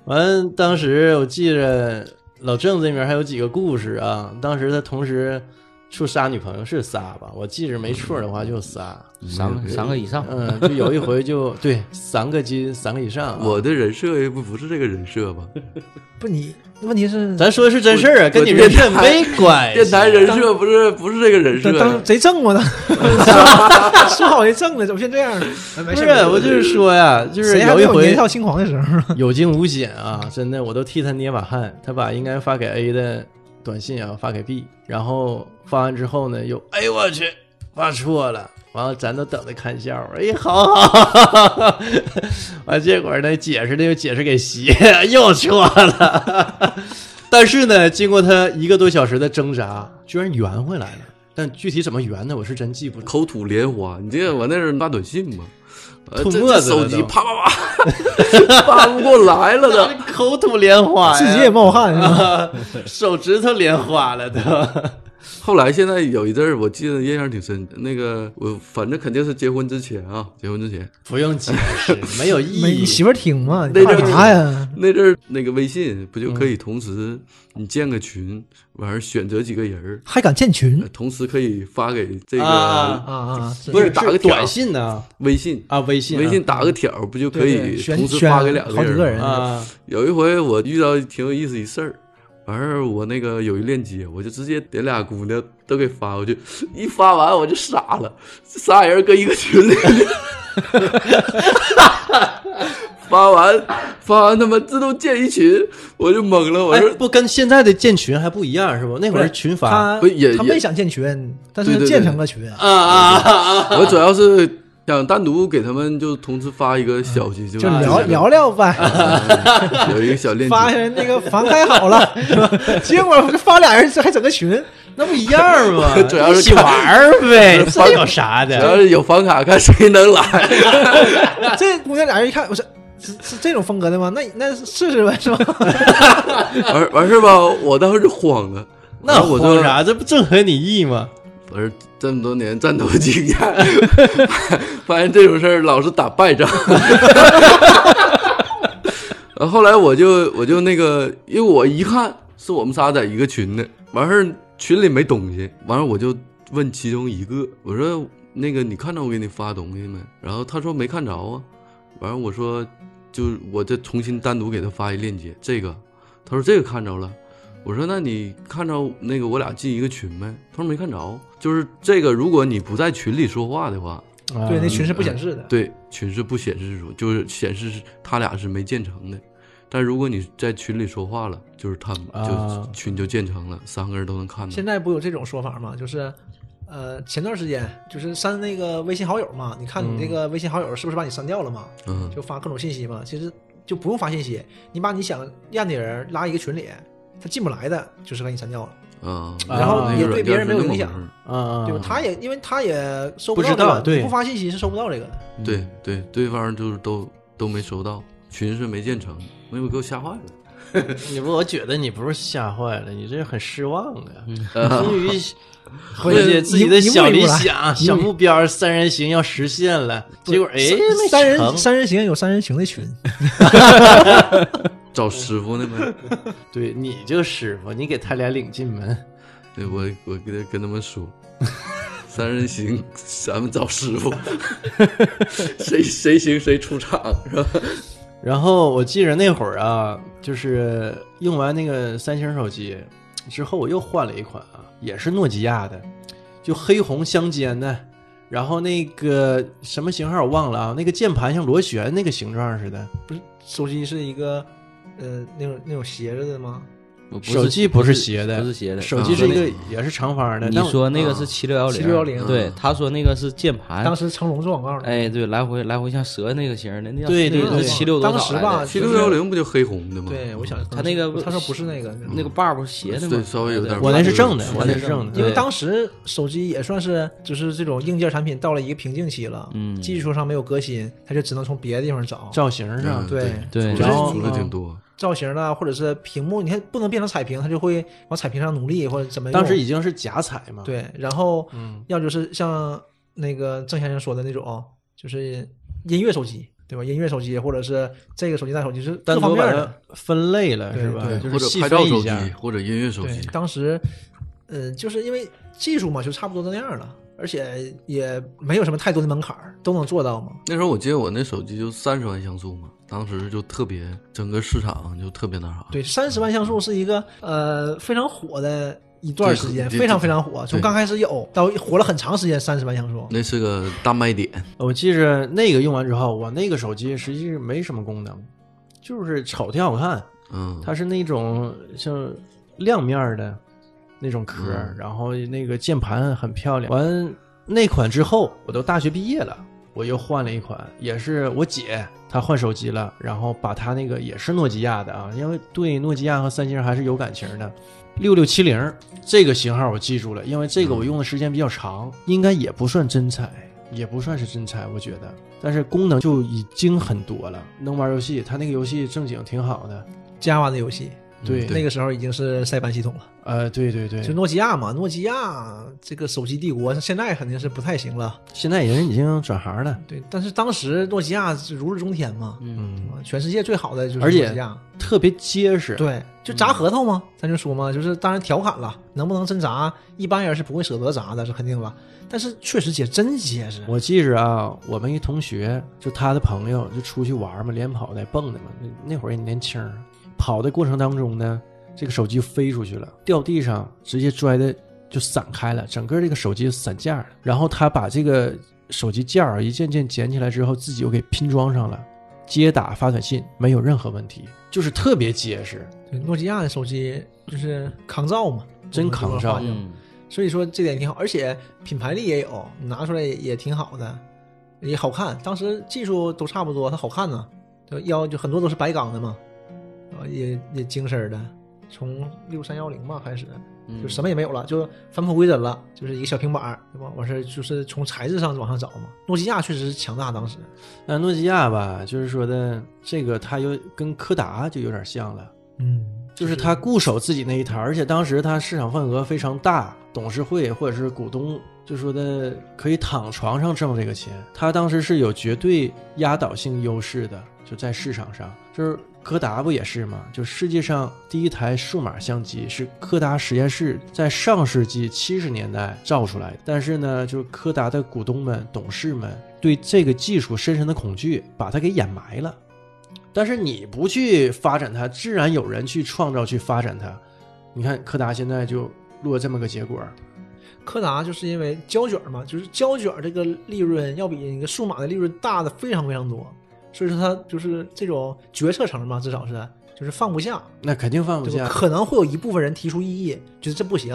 Speaker 2: 完，当时我记着老郑这边还有几个故事啊。当时他同时处仨女朋友，是仨吧？我记着没错的话就仨。
Speaker 3: 三个三个以上，
Speaker 2: 嗯，就有一回就 对三个金，三个以上、啊。
Speaker 5: 我的人设也不不是这个人设吧？
Speaker 4: 不，你问题是
Speaker 2: 咱说的是真事儿啊，
Speaker 5: 我
Speaker 2: 跟你
Speaker 5: 我
Speaker 2: 人设
Speaker 5: 电台
Speaker 2: 没关系。啊
Speaker 5: 电台人设不是不是这个人设
Speaker 4: 当
Speaker 5: 呀
Speaker 4: 当，贼正我呢， 说好的正了，怎么现这样？
Speaker 2: 不
Speaker 4: 不
Speaker 2: 是，我就是说呀，就是
Speaker 4: 谁还
Speaker 2: 有
Speaker 4: 没
Speaker 2: 一
Speaker 4: 有年
Speaker 2: 回
Speaker 4: 少轻狂的时候？
Speaker 2: 有惊无险啊，真的，我都替他捏把汗。他把应该发给 A 的短信啊发给 B，然后发完之后呢，又哎呦我去，发错了。完了，咱都等着看笑话。哎，好好。完，结果呢，解释的又解释给邪，又错了。但是呢，经过他一个多小时的挣扎，居然圆回来了。但具体怎么圆的，我是真记不住。
Speaker 5: 口吐莲花。你这我那时候发短信嘛，呃
Speaker 2: 吐
Speaker 5: 这
Speaker 2: 沫
Speaker 5: 这
Speaker 2: 子了
Speaker 5: 手
Speaker 2: 都
Speaker 5: 机啪啪啪， 发不过来了 都。
Speaker 2: 口吐莲哎花呀，
Speaker 4: 自己也冒汗是 吧？
Speaker 2: 手指头莲花了都。
Speaker 5: 后来现在有一阵儿，我记得印象挺深。那个我反正肯定是结婚之前啊，结婚之前
Speaker 2: 不用 解释，没有意
Speaker 4: 没你
Speaker 2: 义。
Speaker 4: 媳妇儿听吗？你
Speaker 5: 那
Speaker 4: 怕
Speaker 5: 阵儿
Speaker 4: 啥呀？
Speaker 5: 那阵儿，那个微信不就可
Speaker 4: 嗯
Speaker 5: 以同时你建个群，完事儿选择几个人儿，
Speaker 4: 还敢建群
Speaker 5: 呃同时可以发给这
Speaker 2: 啊
Speaker 5: 个
Speaker 4: 啊啊！是
Speaker 2: 不是
Speaker 5: 打个条
Speaker 2: 短信呢
Speaker 5: 微信。
Speaker 2: 啊，微信啊
Speaker 5: 微信打个条儿不就可
Speaker 4: 对对
Speaker 5: 以
Speaker 4: 选
Speaker 5: 同时发
Speaker 4: 选
Speaker 5: 给两
Speaker 4: 好几
Speaker 5: 人
Speaker 4: 个
Speaker 5: 吗
Speaker 4: 人
Speaker 2: 啊，
Speaker 5: 有一回我遇到挺有意思一事儿，完事儿我那个有一链接，我就直接点俩姑娘都给发过去，一发完我就傻了，这仨人搁一个群里， 发完发完他妈自动建一群，我就懵了，我
Speaker 2: 哎
Speaker 5: 说、，
Speaker 2: 不跟现在的建群还不一样是不？那会儿是群发啊
Speaker 4: 他
Speaker 5: 不也
Speaker 4: 他
Speaker 5: 也
Speaker 4: 没想建群，但
Speaker 5: 对
Speaker 4: 是
Speaker 5: 对对
Speaker 4: 建成了群。
Speaker 2: 啊啊啊！
Speaker 5: 我主要是想单独给他们就同时发一个消息，就
Speaker 4: 嗯就
Speaker 5: 就
Speaker 4: 聊
Speaker 5: 啊是
Speaker 4: 聊聊呗，
Speaker 5: 嗯有一个小链接，？
Speaker 4: 发现那个房开好了，是吧？结果发俩人这还整个群，
Speaker 2: 那不一样吗
Speaker 5: 主要是
Speaker 2: 一起玩儿 呗，这有啥
Speaker 5: 主要
Speaker 2: 的？
Speaker 5: 是有房卡看谁能来。
Speaker 4: 这姑娘俩人一看，我说是是这种风格的吗？那那试试呗，是吧？
Speaker 5: 完完事儿吧，我当时就慌了。
Speaker 2: 那
Speaker 5: 然后我
Speaker 2: 慌
Speaker 5: 就
Speaker 2: 啥？这不正合你意吗？
Speaker 5: 我是这么多年战斗经验， 发现这种事儿老是打败仗。 然后后来我就我就那个，因为我一看是我们仨在一个群的，完事儿群里没东西，完事儿我就问其中一个，我说那个你看着我给你发东西没？然后他说没看着啊。完事儿我说就我再重新单独给他发一链接，这个他说这个看着了。我说那你看着那个我俩进一个群没？他说没看着，就是这个，如果你不在群里说话的话，
Speaker 2: 啊
Speaker 4: 对，那群是不显示的。
Speaker 5: 对群是不显示出，就是显示是他俩是没建成的。但如果你在群里说话了，就是他们
Speaker 2: 啊
Speaker 5: 就群就建成了，三个人都能看到
Speaker 4: 现。在不有这种说法吗？就是，呃，前段时间就是删那个微信好友嘛，你看你这
Speaker 2: 嗯
Speaker 4: 个微信好友是不是把你删掉了嘛？
Speaker 5: 嗯，
Speaker 4: 就发各种信息嘛，其实就不用发信息，你把你想验的人拉一个群里，他进不来的，就是给你删掉了，
Speaker 5: 啊，
Speaker 2: 然后
Speaker 5: 那个
Speaker 2: 也
Speaker 5: 软
Speaker 4: 对
Speaker 5: 件
Speaker 4: 别人没有
Speaker 5: 是那
Speaker 4: 影
Speaker 5: 么
Speaker 4: 响
Speaker 5: 回事儿
Speaker 2: 啊啊
Speaker 4: 对吧？他也因为他也收
Speaker 2: 不
Speaker 4: 到
Speaker 2: 知
Speaker 4: 这
Speaker 2: 道
Speaker 4: 个，
Speaker 2: 对
Speaker 4: 你不发信息是收不到这个的。
Speaker 5: 对对，对方就是都都没收到，群是没建成，那我给我吓坏了。
Speaker 2: 你不，我觉得你不是吓坏了，你这很失望的。
Speaker 5: 啊
Speaker 2: 基于回去自己的小理想、小目标，三人行要实现了，结果哎，没
Speaker 4: 三
Speaker 2: 成
Speaker 4: 人三人行有三人行 的群，
Speaker 5: 找师傅呢呗。
Speaker 2: 对，你就师傅，你给他俩领进门。
Speaker 5: 对我我跟他跟他们说， 三人行，咱们找师傅， 谁谁行谁出场是吧？
Speaker 2: 然后我记着那会儿啊，就是用完那个三星手机之后，我又换了一款啊，也是诺基亚的，就黑红相间的，然后那个什么型号我忘了啊，那个键盘像螺旋那个形状似的，
Speaker 4: 手机是一个呃那种那种斜着的吗？
Speaker 3: 不是
Speaker 2: 嗯手机不是斜的，
Speaker 3: 不是斜的，
Speaker 2: 手机
Speaker 5: 啊
Speaker 2: 是一
Speaker 5: 那
Speaker 2: 个也是长方的。
Speaker 3: 你
Speaker 2: 但我
Speaker 3: 说那个
Speaker 5: 啊
Speaker 3: 是七六幺零，
Speaker 4: 7610
Speaker 2: 啊
Speaker 3: 对，他说那个是键
Speaker 2: 哎
Speaker 3: 盘，
Speaker 4: 当时成龙做广告的，
Speaker 3: 哎，对，来回来回像蛇那个型儿的，那叫
Speaker 2: 对对
Speaker 3: 那个
Speaker 2: 对
Speaker 3: 是七六多
Speaker 4: 当
Speaker 3: 少
Speaker 4: 时
Speaker 3: 来
Speaker 4: 吧
Speaker 3: 的？
Speaker 5: 七六幺零不就黑红的吗？
Speaker 4: 对，我想
Speaker 3: 他那个
Speaker 4: 他说不是那个，
Speaker 2: 嗯
Speaker 3: 那个把儿不是斜的吗？
Speaker 5: 对稍微有点
Speaker 3: 对
Speaker 2: 我那是正的，
Speaker 5: 我
Speaker 2: 我那是正的，
Speaker 3: 对
Speaker 4: 因为
Speaker 2: 对
Speaker 4: 当时手机也算是就是这种硬件产品到了一个瓶颈期了，
Speaker 3: 嗯
Speaker 4: 技术上没有革新，他就只能从别的地方找
Speaker 2: 造型上
Speaker 5: 嗯，
Speaker 4: 对
Speaker 3: 对
Speaker 5: 主
Speaker 2: 然后
Speaker 5: 要出了挺多。
Speaker 4: 造型啦，或者是屏幕，你看不能变成彩屏，他就会往彩屏上努力或者怎么用。
Speaker 2: 当时已经是假彩嘛，，
Speaker 4: 嗯对，然后
Speaker 2: 嗯，
Speaker 4: 要就是像那个郑先生说的那种，就是音乐手机，对吧？音乐手机或者是这个手机那手机是
Speaker 2: 单
Speaker 4: 各方
Speaker 2: 独
Speaker 4: 面
Speaker 2: 把
Speaker 4: 的
Speaker 2: 它。分类了
Speaker 4: 对
Speaker 2: 是吧
Speaker 4: 对？
Speaker 2: 就
Speaker 5: 或
Speaker 2: 是
Speaker 5: 者
Speaker 2: 细
Speaker 5: 拍照
Speaker 2: 分一
Speaker 5: 手机
Speaker 2: 下，
Speaker 5: 或者音乐手
Speaker 4: 对
Speaker 5: 机，，
Speaker 4: 当时，嗯，就是因为技术嘛，就差不多都那样了，而且也没有什么太多的门槛儿，都能做到嘛。
Speaker 5: 那时候我记得我那手机就三十万像素嘛，当时就特别，整个市场就特别那啥。
Speaker 4: 对，三十万像素是一个呃非常火的一段时间，
Speaker 5: 对对
Speaker 4: 非常非常火，从
Speaker 5: 对
Speaker 4: 刚开始有到火了很长时间，三十万像素。
Speaker 5: 那是个大卖点，
Speaker 2: 我记着那个用完之后，我那个手机实际是没什么功能，就是瞅挺好看，
Speaker 5: 嗯，
Speaker 2: 它是那种像亮面儿的那种壳儿，
Speaker 5: 嗯
Speaker 2: 然后那个键盘很漂亮。完那款之后，我都大学毕业了，我又换了一款，也是我姐她换手机了，然后把她那个也是诺基亚的啊，因为对诺基亚和三星还是有感情的。六六七零这个型号我记住了，因为这
Speaker 5: 嗯
Speaker 2: 个我用的时间比较长，应该也不算真彩，也不算是真彩，我觉得。但是功能就已经很多了，能玩游戏，它那个游戏正经挺好的。
Speaker 4: Java 的游戏，
Speaker 2: 对，
Speaker 5: 嗯对
Speaker 4: 那个时候已经是塞班系统了，
Speaker 2: 呃，对对对，
Speaker 4: 就诺基亚嘛，诺基亚这个手机帝国现在肯定是不太行了，
Speaker 2: 现在人已经转行了，
Speaker 4: 对。但是当时诺基亚是如日中天嘛，
Speaker 2: 嗯，
Speaker 4: 全世界最好的就是诺
Speaker 2: 而且
Speaker 4: 基亚，
Speaker 2: 特别结实，，
Speaker 4: 对，就
Speaker 2: 嗯
Speaker 4: 砸核桃嘛，咱就说嘛，就是当然调侃了，能不能真砸，一般人是不会舍得砸的，是肯定了。但是确实姐真结实，
Speaker 2: 我记着啊，我们一同学就他的朋友就出去玩嘛，连跑带蹦的嘛，那那会儿也年轻儿，跑的过程当中呢，这个手机飞出去了，掉地上，直接摔的就散开了，整个这个手机散架了。然后他把这个手机架儿一件件捡起来之后，自己又给拼装上了，接打发短信没有任何问题，就是特别结实，
Speaker 4: 对诺基亚的手机就是抗造嘛，
Speaker 2: 真抗造
Speaker 4: 我们这边话
Speaker 3: 嗯，
Speaker 4: 讲所以说这点挺好，而且品牌力也有，拿出来也也挺好的，也好看。当时技术都差不多，它好看呢，就要就很多都是白钢的嘛，啊，也也精身儿的，从六三幺零嘛开始，
Speaker 5: 嗯
Speaker 4: 就什么也没有了，就返璞归真了，就是一个小平板儿，对吧？完事儿就是从材质上往上找嘛。诺基亚确实是强大，当时
Speaker 2: 那诺基亚吧，就是说的这个，它有跟柯达就有点像了，
Speaker 4: 嗯，
Speaker 2: 就是它固守自己那一套，而且当时它市场份额非常大，董事会或者是股东就说的可以躺床上挣这个钱，它当时是有绝对压倒性优势的，就在市场上，就是柯达不也是吗？就世界上第一台数码相机是柯达实验室在上世纪七十年代造出来的，但是呢，就是柯达的股东们、董事们对这个技术深深的恐惧，把它给掩埋了。但是你不去发展它，自然有人去创造、去发展它。你看柯达现在就落这么个结果，
Speaker 4: 柯达就是因为胶卷嘛，就是胶卷这个利润要比那个数码的利润大的非常非常多，所以说它就是这种决策层嘛，至少是就是放不下，
Speaker 2: 那肯定放不
Speaker 4: 对吧？
Speaker 2: 下。
Speaker 4: 可能会有一部分人提出异议，觉得这不行，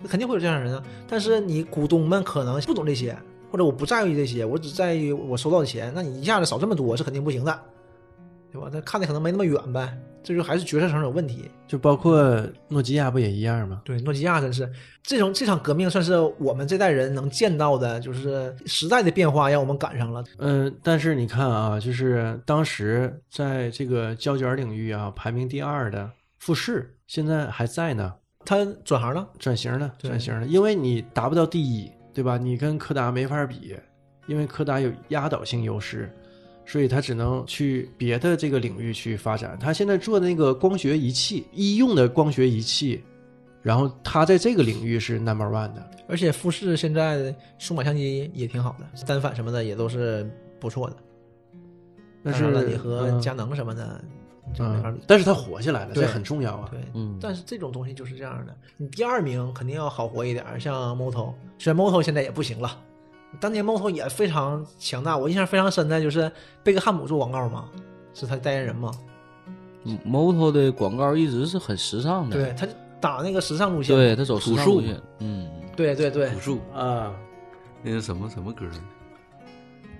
Speaker 4: 那肯定会有这样的人啊。但是你股东们可能不懂这些，或者我不在意这些，我只在意我收到的钱，那你一下子少这么多是肯定不行的，对吧？他看的可能没那么远呗，这就还是决策层有问题。
Speaker 2: 就包括诺基亚不也一样吗？
Speaker 4: 对，诺基亚真是这种这场革命算是我们这代人能见到的，就是时代的变化让我们赶上了。
Speaker 2: 嗯，但是你看啊，就是当时在这个胶卷领域啊，排名第二的富士现在还在呢，
Speaker 4: 他转行了，
Speaker 2: 转型了，
Speaker 4: 对
Speaker 2: 转型了，因为你达不到第一，对吧？你跟柯达没法比，因为柯达有压倒性优势，所以他只能去别的这个领域去发展。他现在做那个光学仪器，医用的光学仪器，然后他在这个领域是 number one 的。
Speaker 4: 而且富士现在数码相机也挺好的，单反什么的也都是不错的。
Speaker 2: 但
Speaker 4: 当然了
Speaker 2: 是
Speaker 4: 你和
Speaker 2: 嗯
Speaker 4: 佳能什么的就没法
Speaker 2: 嗯
Speaker 4: 比。，
Speaker 2: 但是他活下来了，
Speaker 4: 对
Speaker 2: 这很重要啊。
Speaker 4: 对，
Speaker 3: 嗯
Speaker 4: 但是这种东西就是这样的，你第二名肯定要好活一点儿。像 Moto，虽然 Moto 现在也不行了，当年 Moto 也非常强大。我印象非常深的就是贝克汉姆做广告嘛，是他代言人嘛。
Speaker 3: Moto 嗯的广告一直是很时尚
Speaker 2: 嗯
Speaker 3: 的，
Speaker 4: 对，他就打那个时尚路线，
Speaker 3: 对，他走时尚
Speaker 5: 朴素
Speaker 3: 路线，嗯，
Speaker 4: 对对对
Speaker 5: 朴树
Speaker 2: 啊
Speaker 5: 那是什么什么歌儿？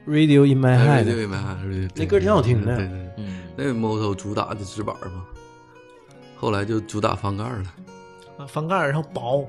Speaker 2: ，Radio in My
Speaker 5: 哎
Speaker 2: Head，
Speaker 5: 对对对，
Speaker 2: 那歌儿挺好听的
Speaker 5: 对对对，
Speaker 3: 嗯，
Speaker 5: 那 Moto 主打的直板儿嘛，后来就主打翻盖儿了。
Speaker 4: 啊，翻盖儿然后薄，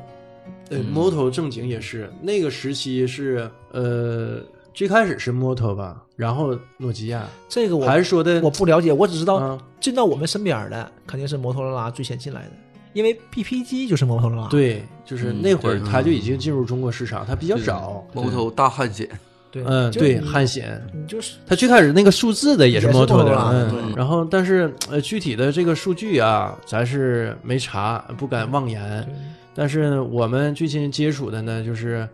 Speaker 2: 对，Moto 呃正经也是那个时期是呃，最开始是 Moto 吧，然后诺基亚，
Speaker 4: 这个我
Speaker 2: 还是说的
Speaker 4: 我不了解，我只知道
Speaker 2: 啊
Speaker 4: 进到我们身边儿的肯定是摩托罗拉最先进来的，因为 BP 机就是摩托罗拉，，
Speaker 2: 对，就是
Speaker 3: 嗯
Speaker 2: 那会儿
Speaker 5: 对
Speaker 2: 他就已经进入中国市场，他比较早，
Speaker 5: Moto 大汉显，
Speaker 4: 对，
Speaker 2: 嗯，
Speaker 4: 就
Speaker 2: 对，
Speaker 4: 你
Speaker 2: 汉显。
Speaker 4: 你就是
Speaker 2: 他最开始那个数字的也是
Speaker 4: 也是啊
Speaker 2: Moto 的，
Speaker 4: Motorola 的
Speaker 2: 嗯，然后但是呃具体的这个数据啊，咱是没查，不敢妄言。但是我们最近接触的呢，就是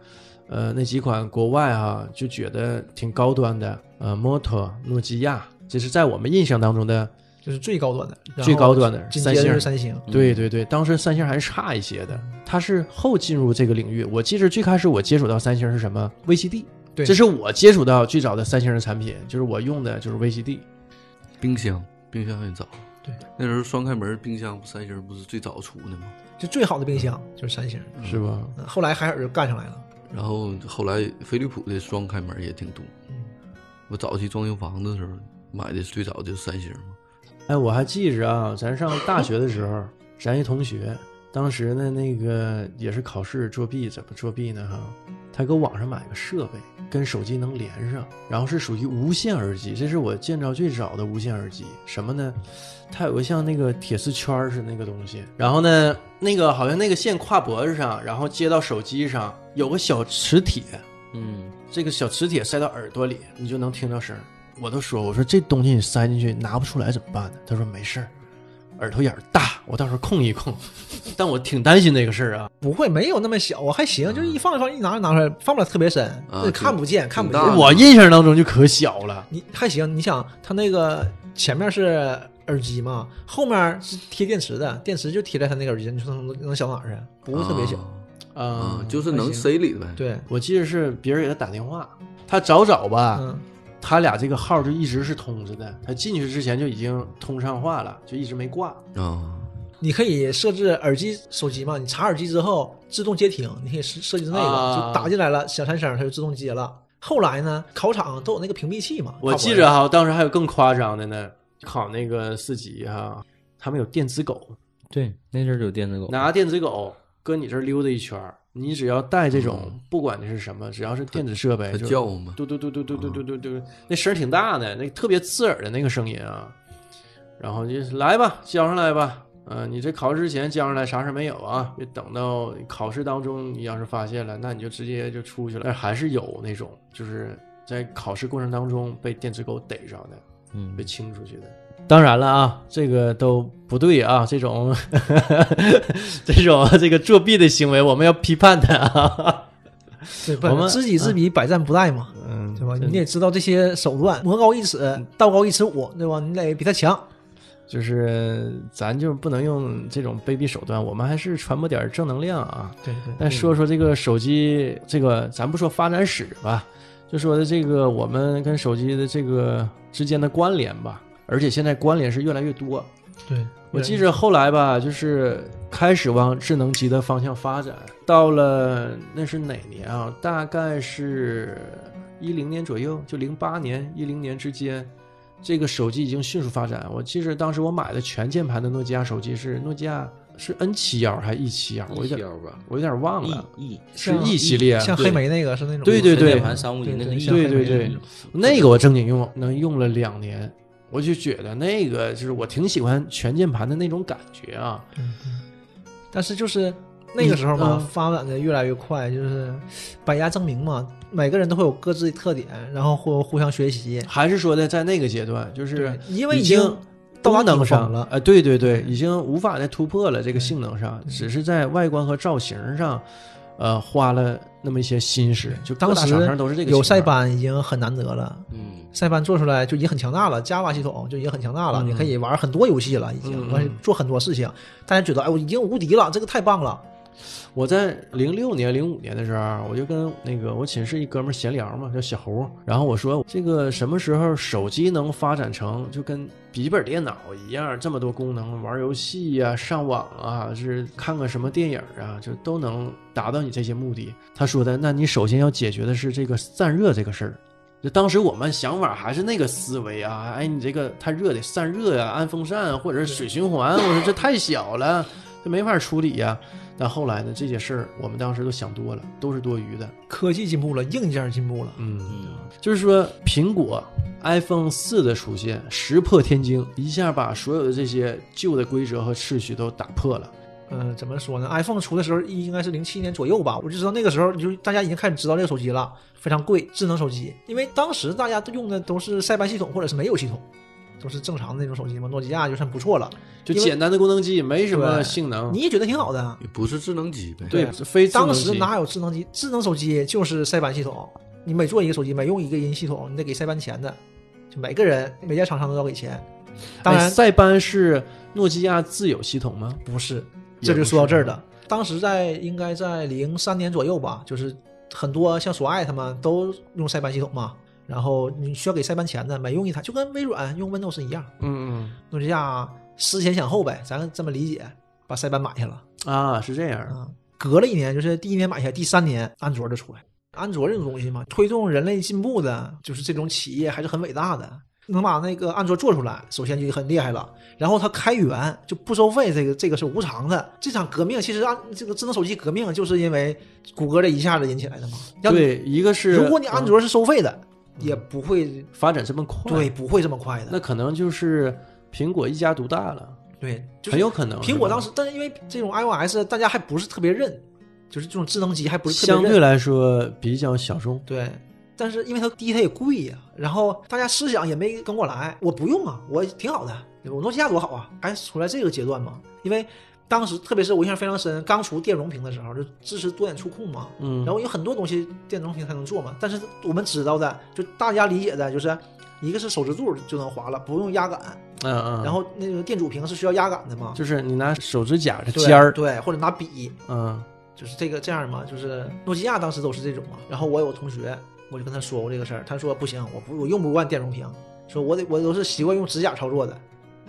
Speaker 2: 呃那几款国外啊，就觉得挺高端的，呃，Moto、诺基亚，这是在我们印象当中的
Speaker 4: 就是最高端的，然后
Speaker 2: 最高端的
Speaker 4: 紧
Speaker 2: 三
Speaker 4: 接着
Speaker 2: 星
Speaker 4: 是。三星，
Speaker 2: 对对对，当时三星还是差一些的，它是后进入这个领域。我记着最开始我接触到三星是什么？VCD，
Speaker 4: 对
Speaker 2: 这是我接触到最早的三星的产品，就是我用的就是 VCD。
Speaker 5: 冰箱，冰箱很早。
Speaker 4: 对，
Speaker 5: 那时候双开门冰箱，三星不是最早出的吗？
Speaker 4: 就最好的冰箱就是三星，
Speaker 2: 是吧？
Speaker 4: 嗯后来海尔就干上来了，
Speaker 5: 然后后来飞利浦的双开门也挺多。
Speaker 4: 嗯
Speaker 5: 我早期装修房子的时候买的最早就是三星嘛。
Speaker 2: 哎，我还记着啊，咱上大学的时候，咱一同学，当时呢那个也是考试作弊，怎么作弊呢？哈，他搁网上买个设备，跟手机能连上，然后是属于无线耳机，这是我见着最早的无线耳机。什么呢？它有个像那个铁丝圈儿似的那个东西，然后呢，那个好像那个线挎脖子上，然后接到手机上，有个小磁铁，
Speaker 3: 嗯，
Speaker 2: 这个小磁铁塞到耳朵里，你就能听到声儿。我都说，我说这东西你塞进去拿不出来怎么办呢？他说没事儿，耳朵眼儿大，我到时候控一控。 但我挺担心这个事儿啊。
Speaker 4: 不会没有那么小，我还行，就是一放一放一拿就拿出来，放不了特别深，
Speaker 5: 啊
Speaker 4: 那看不见看不
Speaker 5: 挺大
Speaker 4: 见，
Speaker 5: 的
Speaker 2: 我印象当中就可小了，
Speaker 4: 你还行，你想它那个前面是耳机嘛，后面是贴电池的，电池就贴在它那个耳机上，你说能能小哪儿去？不会特别小。
Speaker 5: 啊，
Speaker 2: 嗯，
Speaker 5: 啊就是
Speaker 4: 还
Speaker 5: 能
Speaker 4: 行
Speaker 5: 塞里呗。，
Speaker 4: 对，
Speaker 2: 我记得是别人给他打电话，他找找吧，
Speaker 4: 嗯，
Speaker 2: 他俩这个号就一直是通着的。他进去之前就已经通上话了，就一直没挂。
Speaker 5: 啊，
Speaker 4: 你可以设置耳机手机嘛，你插耳机之后自动接听，你可以设设计那个，
Speaker 2: 啊
Speaker 4: 就打进来了响三声，它就自动接了。后来呢，考场都有那个屏蔽器嘛，
Speaker 2: 我记着哈、当时还有更夸张的呢，考那个四级哈、他们有电子狗。
Speaker 3: 对，那阵儿有电子狗，
Speaker 2: 拿电子狗搁你这儿溜达一圈儿，你只要带这种，不管这是什么，只要是电子设备，
Speaker 5: 它
Speaker 2: 就
Speaker 5: 叫嘛。
Speaker 2: 嘟嘟嘟嘟嘟嘟嘟嘟嘟，那声儿挺大的，那特别刺耳的那个声音啊。然后就来吧，交上来吧。嗯、你这考试之前交上来，啥事儿没有啊？别等到考试当中，你要是发现了，那你就直接就出去了。但还是有那种，就是在考试过程当中被电子狗逮着的。
Speaker 3: 嗯
Speaker 2: 被，清出去的。当然了啊，这个都不对啊，这种 这种这个作弊的行为，我们要批判他啊。
Speaker 4: 对，不
Speaker 2: 我们
Speaker 4: 知己知彼，百战不殆嘛，
Speaker 2: 嗯
Speaker 4: 对吧？你得知道这些手段，魔高一尺，道高一尺五，对吧？你得比他强。
Speaker 2: 就是咱就不能用这种卑鄙手段，我们还是传播点正能量啊。
Speaker 4: 对对
Speaker 2: 但说说这个手机，这个咱不说发展史吧，就说的这个我们跟手机的这个之间的关联吧。而且现在关联是越来越多，
Speaker 4: 对，
Speaker 2: 我记着后来吧，就是开始往智能机的方向发展，到了那是哪年啊？大概是一零年左右，就零八年、一零年之间，这个手机已经迅速发展。我记着当时我买的全键盘的诺基亚手机是诺基亚是 N 七幺还是 E 七幺？我有
Speaker 3: 一
Speaker 2: 点
Speaker 3: 幺吧
Speaker 2: 我有点忘
Speaker 3: ，E
Speaker 2: 了，
Speaker 3: E
Speaker 2: 是
Speaker 4: 像
Speaker 2: E 系列，
Speaker 4: 像
Speaker 2: 对
Speaker 4: 黑莓那个是那种，
Speaker 2: 对对对
Speaker 3: 键盘三五零那个 E，
Speaker 4: 像
Speaker 2: 对
Speaker 4: 黑莓
Speaker 2: 对对，
Speaker 4: 嗯
Speaker 2: 那个我正经用能用了两年，我就觉得那个就是我挺喜欢全键盘的那种感觉啊。
Speaker 4: 但是就是那个时候嘛，
Speaker 2: 嗯
Speaker 4: 发展的越来越快，就是百家争鸣嘛，每个人都会有各自的特点，然后互互相学习。
Speaker 2: 还是说呢，在那个阶段，就是
Speaker 4: 对因为
Speaker 2: 已
Speaker 4: 已经到达
Speaker 2: 功能
Speaker 4: 顶
Speaker 2: 上
Speaker 4: 峰了
Speaker 2: 呃，对对对，已经无法再突破了这个性能上，只是在外观和造型上，呃，花了那么一些心思。就各
Speaker 4: 当
Speaker 2: 大
Speaker 4: 时
Speaker 2: 厂商都是这个情
Speaker 4: 有
Speaker 2: 况
Speaker 4: 塞班已经很难得了，
Speaker 3: 嗯，
Speaker 4: 塞班做出来就已经很强大了，Java 系统就已经很强大了，
Speaker 2: 嗯
Speaker 4: 你可以玩很多游戏了，已经
Speaker 2: 嗯
Speaker 4: 完、做很多事情，大家觉得哎，我已经无敌了，这个太棒了。
Speaker 2: 我在零六年、零五年的时候，啊我就跟那个我寝室一哥们儿闲聊嘛，叫小胡。然后我说，这个什么时候手机能发展成就跟笔记本电脑一样，这么多功能，玩游戏呀、上网啊，是看个什么电影啊，就都能达到你这些目的？他说的，那你首先要解决的是这个散热这个事儿。就当时我们想法还是那个思维啊，哎，你这个太热得散热呀、安风扇啊或者是水循环，我说这太小了，这没法处理呀、但后来呢，这些事儿我们当时都想多了，都是多余的。
Speaker 4: 科技进步了，硬件进步了，
Speaker 2: 嗯，
Speaker 3: 嗯，
Speaker 2: 就是说苹果 iPhone 四的出现石破天惊，一下把所有的这些旧的规则和秩序都打破了。
Speaker 4: 嗯、怎么说呢？iPhone 出的时候应该是零七年左右吧，我就知道那个时候你就大家已经开始知道这个手机了，非常贵，智能手机。因为当时大家都用的都是塞班系统或者是没有系统，都是正常的那种手机嘛，诺基亚就算不错了，
Speaker 2: 就
Speaker 4: 因为
Speaker 2: 简单的功能机没什么
Speaker 4: 对
Speaker 2: 性能，
Speaker 4: 你也觉得挺好的啊。
Speaker 5: 也不是智能机呗。
Speaker 2: 对
Speaker 4: 对
Speaker 2: 非智能
Speaker 4: 当
Speaker 2: 机
Speaker 4: 时哪有智能机？智能手机就是塞班系统，你每做一个手机，每用一个音系统，你得给塞班钱的，就每个人每家厂商都要给钱。当
Speaker 2: 哎
Speaker 4: 然嗯
Speaker 2: 塞班是诺基亚自有系统吗？
Speaker 4: 不是，
Speaker 2: 也
Speaker 4: 这就
Speaker 2: 不
Speaker 4: 说到
Speaker 2: 是
Speaker 4: 这儿了。当时在应该在零三年左右吧，就是很多像索爱他们都用塞班系统嘛，然后你需要给塞班钱的，每用一台就跟微软用 Windows 一样，
Speaker 2: 嗯
Speaker 4: 诺基亚思前想后呗，咱这么理解，把塞班买下了
Speaker 2: 嗯啊，是这样的。
Speaker 4: 啊。隔了一年，就是第一年买下，第三年安卓就出来。安卓这种东西嘛，推动人类进步的，就是这种企业还是很伟大的。能把那个安卓做出来，首先就很厉害了。然后它开源就不收费，这个这个是无偿的。这场革命其实按这个智能手机革命，就是因为谷歌这一下子引起来的嘛。要你，
Speaker 2: 对，一个是
Speaker 4: 如果你安
Speaker 2: 嗯
Speaker 4: 卓是收费的，也不会
Speaker 2: 发展这么快，
Speaker 4: 对，不会这么快的。
Speaker 2: 那可能就是苹果一家独大了，
Speaker 4: 对，就是
Speaker 2: 很有可能。
Speaker 4: 苹果当
Speaker 2: 时
Speaker 4: 时，但是因为这种 iOS 大家还不是特别认，就是这种智能机还不是特别
Speaker 2: 相
Speaker 4: 认。
Speaker 2: 对来说比较小众，
Speaker 4: 对，但是因为它第一它也贵呀、然后大家思想也没跟过来，我不用啊，我挺好的，对吧我诺基亚多好啊，还处在这个阶段嘛。因为当时特别是我印象非常深，刚出电容屏的时候，就支持多点触控嘛，
Speaker 2: 嗯，
Speaker 4: 然后有很多东西电容屏才能做嘛。但是我们知道的，就大家理解的，就是一个是手指肚就能滑了，不用压感，
Speaker 2: 嗯嗯，
Speaker 4: 然后那个电阻屏是需要压感的嘛，
Speaker 2: 就是你拿手指甲的
Speaker 4: 对
Speaker 2: 尖儿，
Speaker 4: 对，或者拿笔，
Speaker 2: 嗯
Speaker 4: 就是这个这样嘛，就是诺基亚当时都是这种嘛。然后我有同学，我就跟他说过这个事儿，他说不行，我不我用不惯电容屏，说我得我都是习惯用指甲操作的，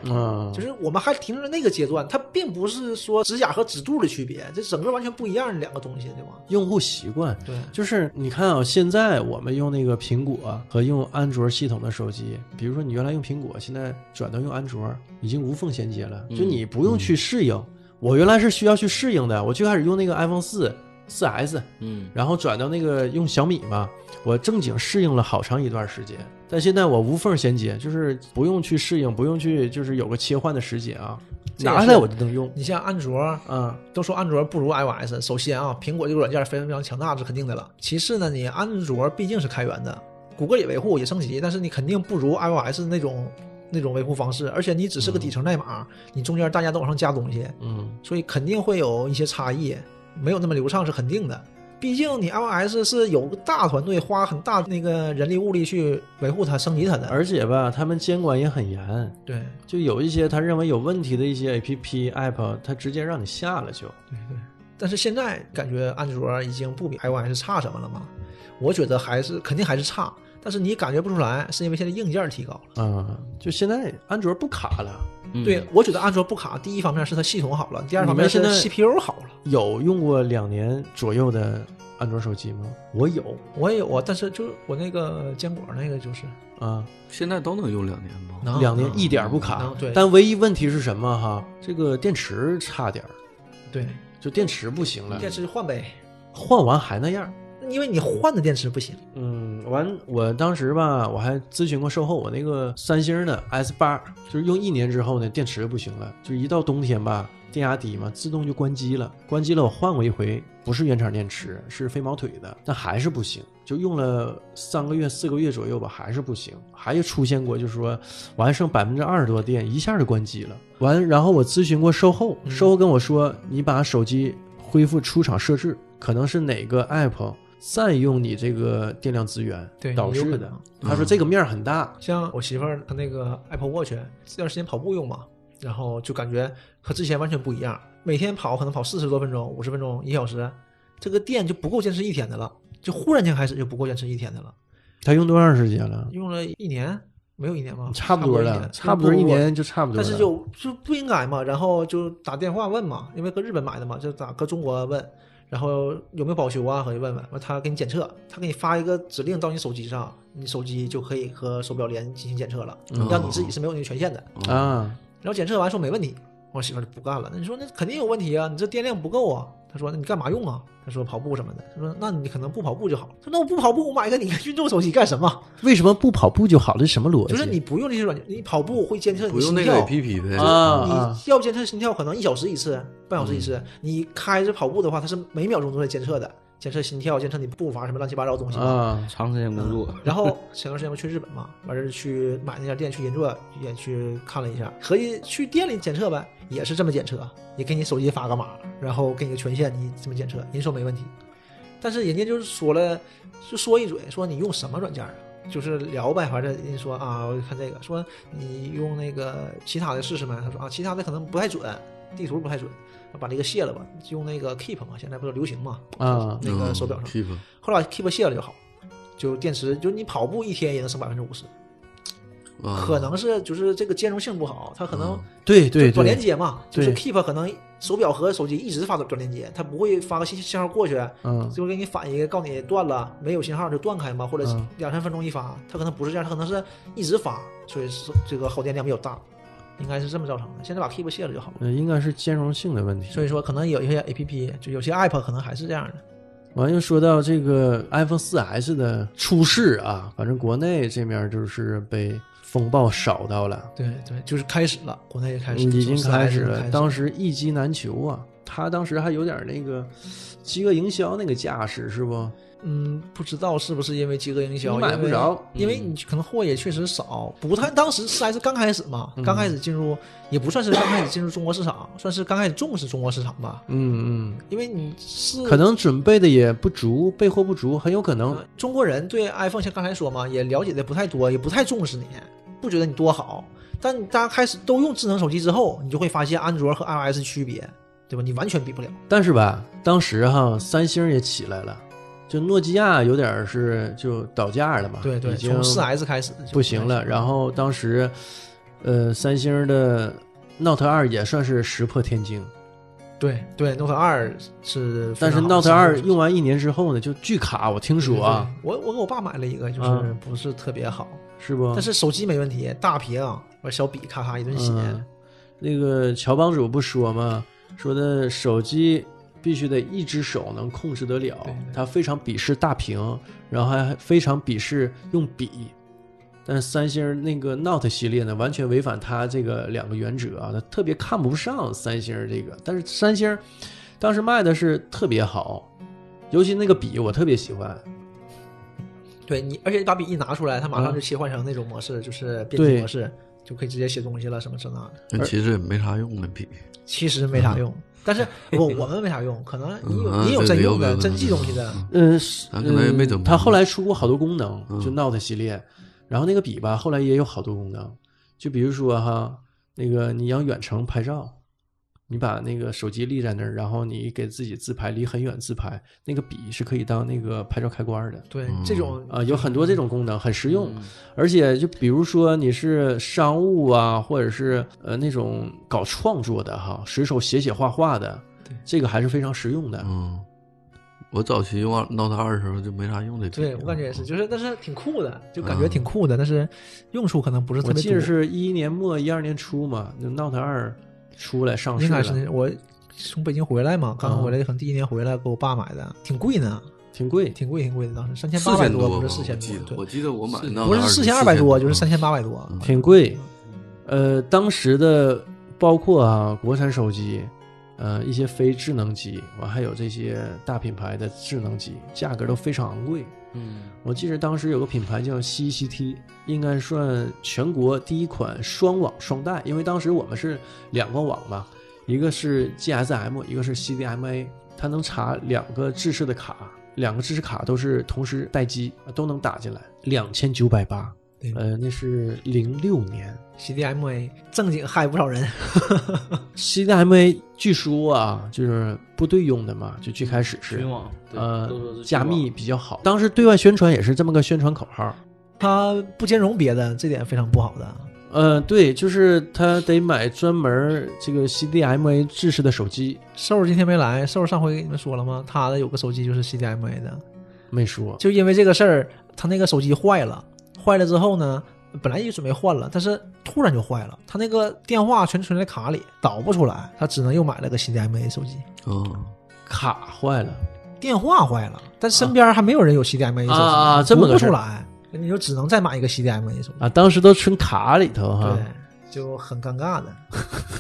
Speaker 2: 嗯，
Speaker 4: 就是我们还停留在那个阶段，它并不是说指甲和指肚的区别，这整个完全不一样的两个东西，对吧？
Speaker 2: 用户习惯。
Speaker 4: 对，
Speaker 2: 就是你看啊，现在我们用那个苹果和用安卓系统的手机，比如说你原来用苹果，现在转到用安卓，已经无缝衔接了，就你不用去适应。我原来是需要去适应的，我最开始用那个 iPhone 四四 S，
Speaker 3: 嗯，
Speaker 2: 然后转到那个用小米嘛，我正经适应了好长一段时间，但现在我无缝衔接，就是不用去适应，不用去就是有个切换的时间啊，
Speaker 4: 这也是嗯
Speaker 2: 拿下来我就能用
Speaker 4: 你像安卓，
Speaker 2: 啊，
Speaker 4: 都说安卓不如 iOS，首先啊，苹果这个软件非常非常强大，这是肯定的了。其次呢，你安卓毕竟是开源的，谷歌也维护也升级，但是你肯定不如 iOS 那种那种维护方式，而且你只是个底层代码，你中间大家都往上加东西，
Speaker 2: 嗯
Speaker 4: 所以肯定会有一些差异，没有那么流畅是肯定的。毕竟你 iOS 是有个大团队花很大那个人力物力去维护它、升级它的，
Speaker 2: 而且吧，他们监管也很严，
Speaker 4: 对
Speaker 2: 就有一些他认为有问题的一些 A P P app，他直接让你下了就。
Speaker 4: 对对。但是现在感觉安卓已经不比 iOS 差什么了嘛？我觉得还是肯定还是差，但是你感觉不出来，是因为现在硬件提高了。
Speaker 2: 啊、就现在安卓不卡了，
Speaker 3: 嗯
Speaker 4: 对，我觉得安卓不卡，第一方面是它系统好了，第二方面
Speaker 2: 嗯你
Speaker 4: 是
Speaker 2: 们现在
Speaker 4: CPU 好了。
Speaker 2: 有用过两年左右的安卓手机吗？我有
Speaker 4: 我也有啊，但是就是我那个坚果那个就是
Speaker 2: 啊，
Speaker 5: 现在都能用两年吧？
Speaker 4: 能
Speaker 2: 两年
Speaker 4: 能
Speaker 2: 一点儿不卡
Speaker 4: 能。对
Speaker 2: 但唯一问题是什么哈？这个电池差点儿，
Speaker 4: 对，
Speaker 2: 就电池不行了，
Speaker 4: 电池换呗，
Speaker 2: 换完还那样。
Speaker 4: 因为你换的电池不行。
Speaker 2: 嗯，完，我当时吧，我还咨询过售后，我那个三星的 S 八，就是用一年之后呢，电池不行了，就一到冬天吧，电压低嘛，自动就关机了。关机了，我换过一回，不是原厂电池，是飞毛腿的，但还是不行，就用了三个月、四个月左右吧，还是不行，还有出现过，就是说完剩百分之二十多电，一下就关机了。完，然后我咨询过售后，
Speaker 4: 嗯
Speaker 2: 售后跟我说，你把手机恢复出厂设置，可能是哪个 app 占用你这个电量资源
Speaker 4: 对
Speaker 2: 导
Speaker 4: 有
Speaker 2: 致
Speaker 4: 可
Speaker 2: 的
Speaker 4: 能。嗯
Speaker 2: 他说这个面儿很大，
Speaker 4: 像我媳妇儿她那个 Apple Watch 这段时间跑步用嘛，然后就感觉和之前完全不一样。每天跑可能跑四十多分钟、五十分钟、一小时，这个电就不够坚持一天的了，就忽然间开始就不够坚持一天的了。
Speaker 2: 他用多长时间了？
Speaker 4: 用了一年，没有一年吧？
Speaker 2: 差
Speaker 4: 不
Speaker 2: 多
Speaker 4: 一
Speaker 2: 了
Speaker 4: 年，
Speaker 2: 差不多一。
Speaker 4: 用
Speaker 2: 年就差不多
Speaker 4: 但
Speaker 2: 了。
Speaker 4: 是就就不应该嘛，然后就打电话问嘛，因为搁日本买的嘛，就打搁中国问，然后有没有保修啊，可以问问，完他给你检测，他给你发一个指令到你手机上，你手机就可以和手表连进行检测了，
Speaker 5: 哦
Speaker 4: 让你自己是没有那个权限的。
Speaker 2: 啊，
Speaker 4: 然后检测完说没问题，我媳妇儿就不干了。那你说那肯定有问题啊，你这电量不够啊。她说那你干嘛用啊？她说跑步什么的。她说那你可能不跑步就好。她说那我不跑步，我买个你个运动手机干什么？
Speaker 2: 为什么不跑步就好？这是什么逻辑？
Speaker 4: 就是你不用这些软件，你跑步会监测你
Speaker 5: 不用
Speaker 4: 心
Speaker 5: 那个
Speaker 4: 跳。
Speaker 5: APP 的
Speaker 2: 啊嗯
Speaker 4: 你要监测心跳，可能一小时一次，半小时一次。你开着跑步的话，它是每秒钟都在监测的，监测心跳，监测你步伐什么乱七八糟的东西嘛。
Speaker 2: 啊，
Speaker 3: 长时间工作，
Speaker 4: 然后前段时间不去日本嘛，完事儿去买那家店去银座也去看了一下，合计去店里检测呗，也是这么检测，也给你手机发个码，然后给你个权限，你这么检测，人说没问题，但是人家就是说了，就说一嘴，说你用什么软件啊？就是聊呗，反正人家说啊，我看这个，说你用那个其他的试试呗。他说啊，其他的可能不太准，地图不太准，把这个卸了吧，就用那个 Keep 嘛，现在不是流行嘛，
Speaker 2: 啊
Speaker 4: 那个手表上。
Speaker 5: 嗯 Keep
Speaker 4: 后来 Keep 卸了就好，就电池，就你跑步一天也能省百分之五十，
Speaker 2: 哦
Speaker 5: 啊，
Speaker 4: 可能是就是这个兼容性不好，它可能
Speaker 5: 嗯
Speaker 2: 对哦对
Speaker 4: 短连
Speaker 2: 对，
Speaker 4: 接嘛，就是
Speaker 2: 对
Speaker 4: Keep 可能手表和手机一直发短短连接，它不会发个信信号过去，
Speaker 2: 嗯
Speaker 4: 就给你反一个告你断了，没有信号就断开嘛，或者
Speaker 2: 嗯
Speaker 4: 两三分钟一发，它可能不是这样，它可能是一直发，所以是这个耗电量比较大，应该是这么造成的。现在把 Keep 卸了就好了。
Speaker 2: 呃应该是兼容性的问题。
Speaker 4: 所以说，可能有一些 A P P，就有些 App 可能还是这样的。
Speaker 2: 完又说到这个 iPhone 4S 的出世啊，反正国内这面就是被风暴扫到了，
Speaker 4: 对对，就是开始了，国内也开始，
Speaker 2: 已经
Speaker 4: 开
Speaker 2: 始
Speaker 4: 了。
Speaker 2: 了。当时一机难求啊，他当时还有点那个饥饿营销那个架势，是不？
Speaker 4: 嗯，不知道是不是因为饥饿营销，
Speaker 2: 你买
Speaker 4: 因
Speaker 2: 不
Speaker 4: 为
Speaker 2: 着嗯
Speaker 4: 因为你可能货也确实少，不太当时四 S 刚开始嘛，刚开始进入也不算是刚开始进入中国市场，算是刚开始重视中国市场吧，
Speaker 2: 嗯
Speaker 4: 因为你是
Speaker 2: 嗯，可能准备的也不足，备货不足，很有可能
Speaker 4: 呃中国人对 iPhone 像刚才说嘛，也了解的不太多，也不太重视你，不觉得你多好。但你大家开始都用智能手机之后，你就会发现安卓和 iOS 区别，对吧？你完全比不了。
Speaker 2: 但是吧，当时哈，三星也起来了，就诺基亚有点儿是就倒架了嘛，
Speaker 4: 对对，
Speaker 2: 嗯已经
Speaker 4: 从四 S 开始就
Speaker 2: 不行了。然后当时，呃，三星的 Note 二也算是石破天惊，
Speaker 4: 对对，Note 二是非
Speaker 2: 但是
Speaker 4: 常好的
Speaker 2: Note
Speaker 4: 智能手
Speaker 2: 二
Speaker 4: 机
Speaker 2: 用完一年之后呢，就巨卡，我听说啊，
Speaker 4: 对，对对我我给我爸买了一个，就是
Speaker 2: 嗯
Speaker 4: 不是特别好，
Speaker 2: 是不？
Speaker 4: 但是手机没问题，大屏完小笔咔咔一顿写，
Speaker 2: 嗯，那个乔帮主不说吗？说的手机必须得一只手能控制得了，
Speaker 4: 对对
Speaker 2: 他非常鄙视大屏，然后还非常鄙视用笔。但是三星那个 Note 系列呢，完全违反他这个两个原则啊，他特别看不上三星这个。但是三星当时卖的是特别好，尤其那个笔我特别喜欢，
Speaker 4: 对你，而且你把笔一拿出来，它马
Speaker 2: 嗯
Speaker 4: 上就切换成那种模式，就是编辑模式，就可以直接写东西了，什么这那的。
Speaker 5: 那其实也没啥用的比。
Speaker 4: 其实没啥 用，但是我我们没啥用，可能你有
Speaker 5: 嗯
Speaker 4: 你有
Speaker 5: 对
Speaker 4: 真
Speaker 5: 对
Speaker 4: 用的，
Speaker 5: 有有
Speaker 4: 真
Speaker 5: 有
Speaker 4: 记东西的，
Speaker 2: 嗯，
Speaker 5: 咱啊可能也没怎么
Speaker 2: 它后来出过好多功能，
Speaker 5: 嗯
Speaker 2: 就 Note 系列，然后那个笔吧，后来也有好多功能，就比如说哈，那个你要远程拍照，你把那个手机立在那儿，然后你给自己自拍，离很远自拍，那个笔是可以当那个拍照开关的。
Speaker 4: 对
Speaker 5: 嗯
Speaker 4: 这种
Speaker 2: 啊、有很多这种功能，很实
Speaker 3: 嗯
Speaker 2: 用，而且就比如说你是商务啊，或者是呃那种搞创作的哈，随手写写画画的，这个还是非常实用的。
Speaker 5: 嗯，我早期用 Note 二的时候就没啥用的。
Speaker 4: 对我感觉也是，就是但是挺酷的，就感
Speaker 5: 嗯
Speaker 4: 觉挺酷的，但是用处可能不是特
Speaker 2: 我
Speaker 4: 别
Speaker 2: 记
Speaker 4: 多
Speaker 2: 得。是一一年末一二年初嘛，就 Note 二出来
Speaker 5: 哦
Speaker 2: 上市
Speaker 4: 应该
Speaker 2: 了，
Speaker 4: 是那我从北京回来嘛，刚
Speaker 5: 嗯
Speaker 4: 回来可能第一年回来给我爸买的，挺贵呢，
Speaker 2: 挺贵。
Speaker 4: 挺贵挺贵的，当时三千
Speaker 5: 嗯四
Speaker 4: 八百
Speaker 5: 千
Speaker 4: 多，
Speaker 5: 吧
Speaker 4: 不
Speaker 5: 我
Speaker 4: 是四千
Speaker 5: 记得
Speaker 4: 多，
Speaker 5: 我记得我买
Speaker 4: 对
Speaker 5: Note
Speaker 4: 不
Speaker 5: 二
Speaker 4: 是
Speaker 5: 是
Speaker 4: 四千二百多，就是
Speaker 5: 嗯
Speaker 4: 三千八百多。
Speaker 2: 挺贵。呃，当时的包括啊，国产手机，呃，一些非智能机，完还有这些大品牌的智能机，价格都非常昂贵。
Speaker 3: 嗯，
Speaker 2: 我记得当时有个品牌叫 CCT，应该算全国第一款双网双待，因为当时我们是两个网嘛，一个是 GSM，一个是 CDMA，它能查两个制式的卡，两个制式卡都是同时待机，都能打进来，两千九百八，
Speaker 4: 对
Speaker 2: 呃，那是零六年
Speaker 4: CDMA 正经害不少人，
Speaker 2: CDMA，据说啊，就是部队用的嘛，就最开始是
Speaker 3: 群嗯网对
Speaker 2: 呃
Speaker 3: 都说是
Speaker 2: 加
Speaker 3: 群网
Speaker 2: 密比较好，当时对外宣传也是这么个宣传口号。
Speaker 4: 它不兼容别的，这点非常不好的。
Speaker 2: 呃，对，就是他得买专门儿这个 CDMA 制式的手机，
Speaker 4: 瘦儿今天没来，瘦儿上回你们说了吗？他的有个手机就是 CDMA 的，
Speaker 2: 没说。
Speaker 4: 就因为这个事儿，他那个手机坏了，坏了之后呢，本来也准备换了，但是突然就坏了，他那个电话全存在卡里，导不出来，他只能又买了个 CDMA 手机，
Speaker 5: 哦，
Speaker 2: 卡坏了，
Speaker 4: 电话坏了，但身边还没有人有 CDMA 手机，
Speaker 2: 啊啊这么
Speaker 4: 读不
Speaker 2: 个事儿
Speaker 4: 出来，那你就只能再买一个 CDMA 手机，
Speaker 2: 啊，当时都存卡里头哈
Speaker 4: 对。，就很尴尬的。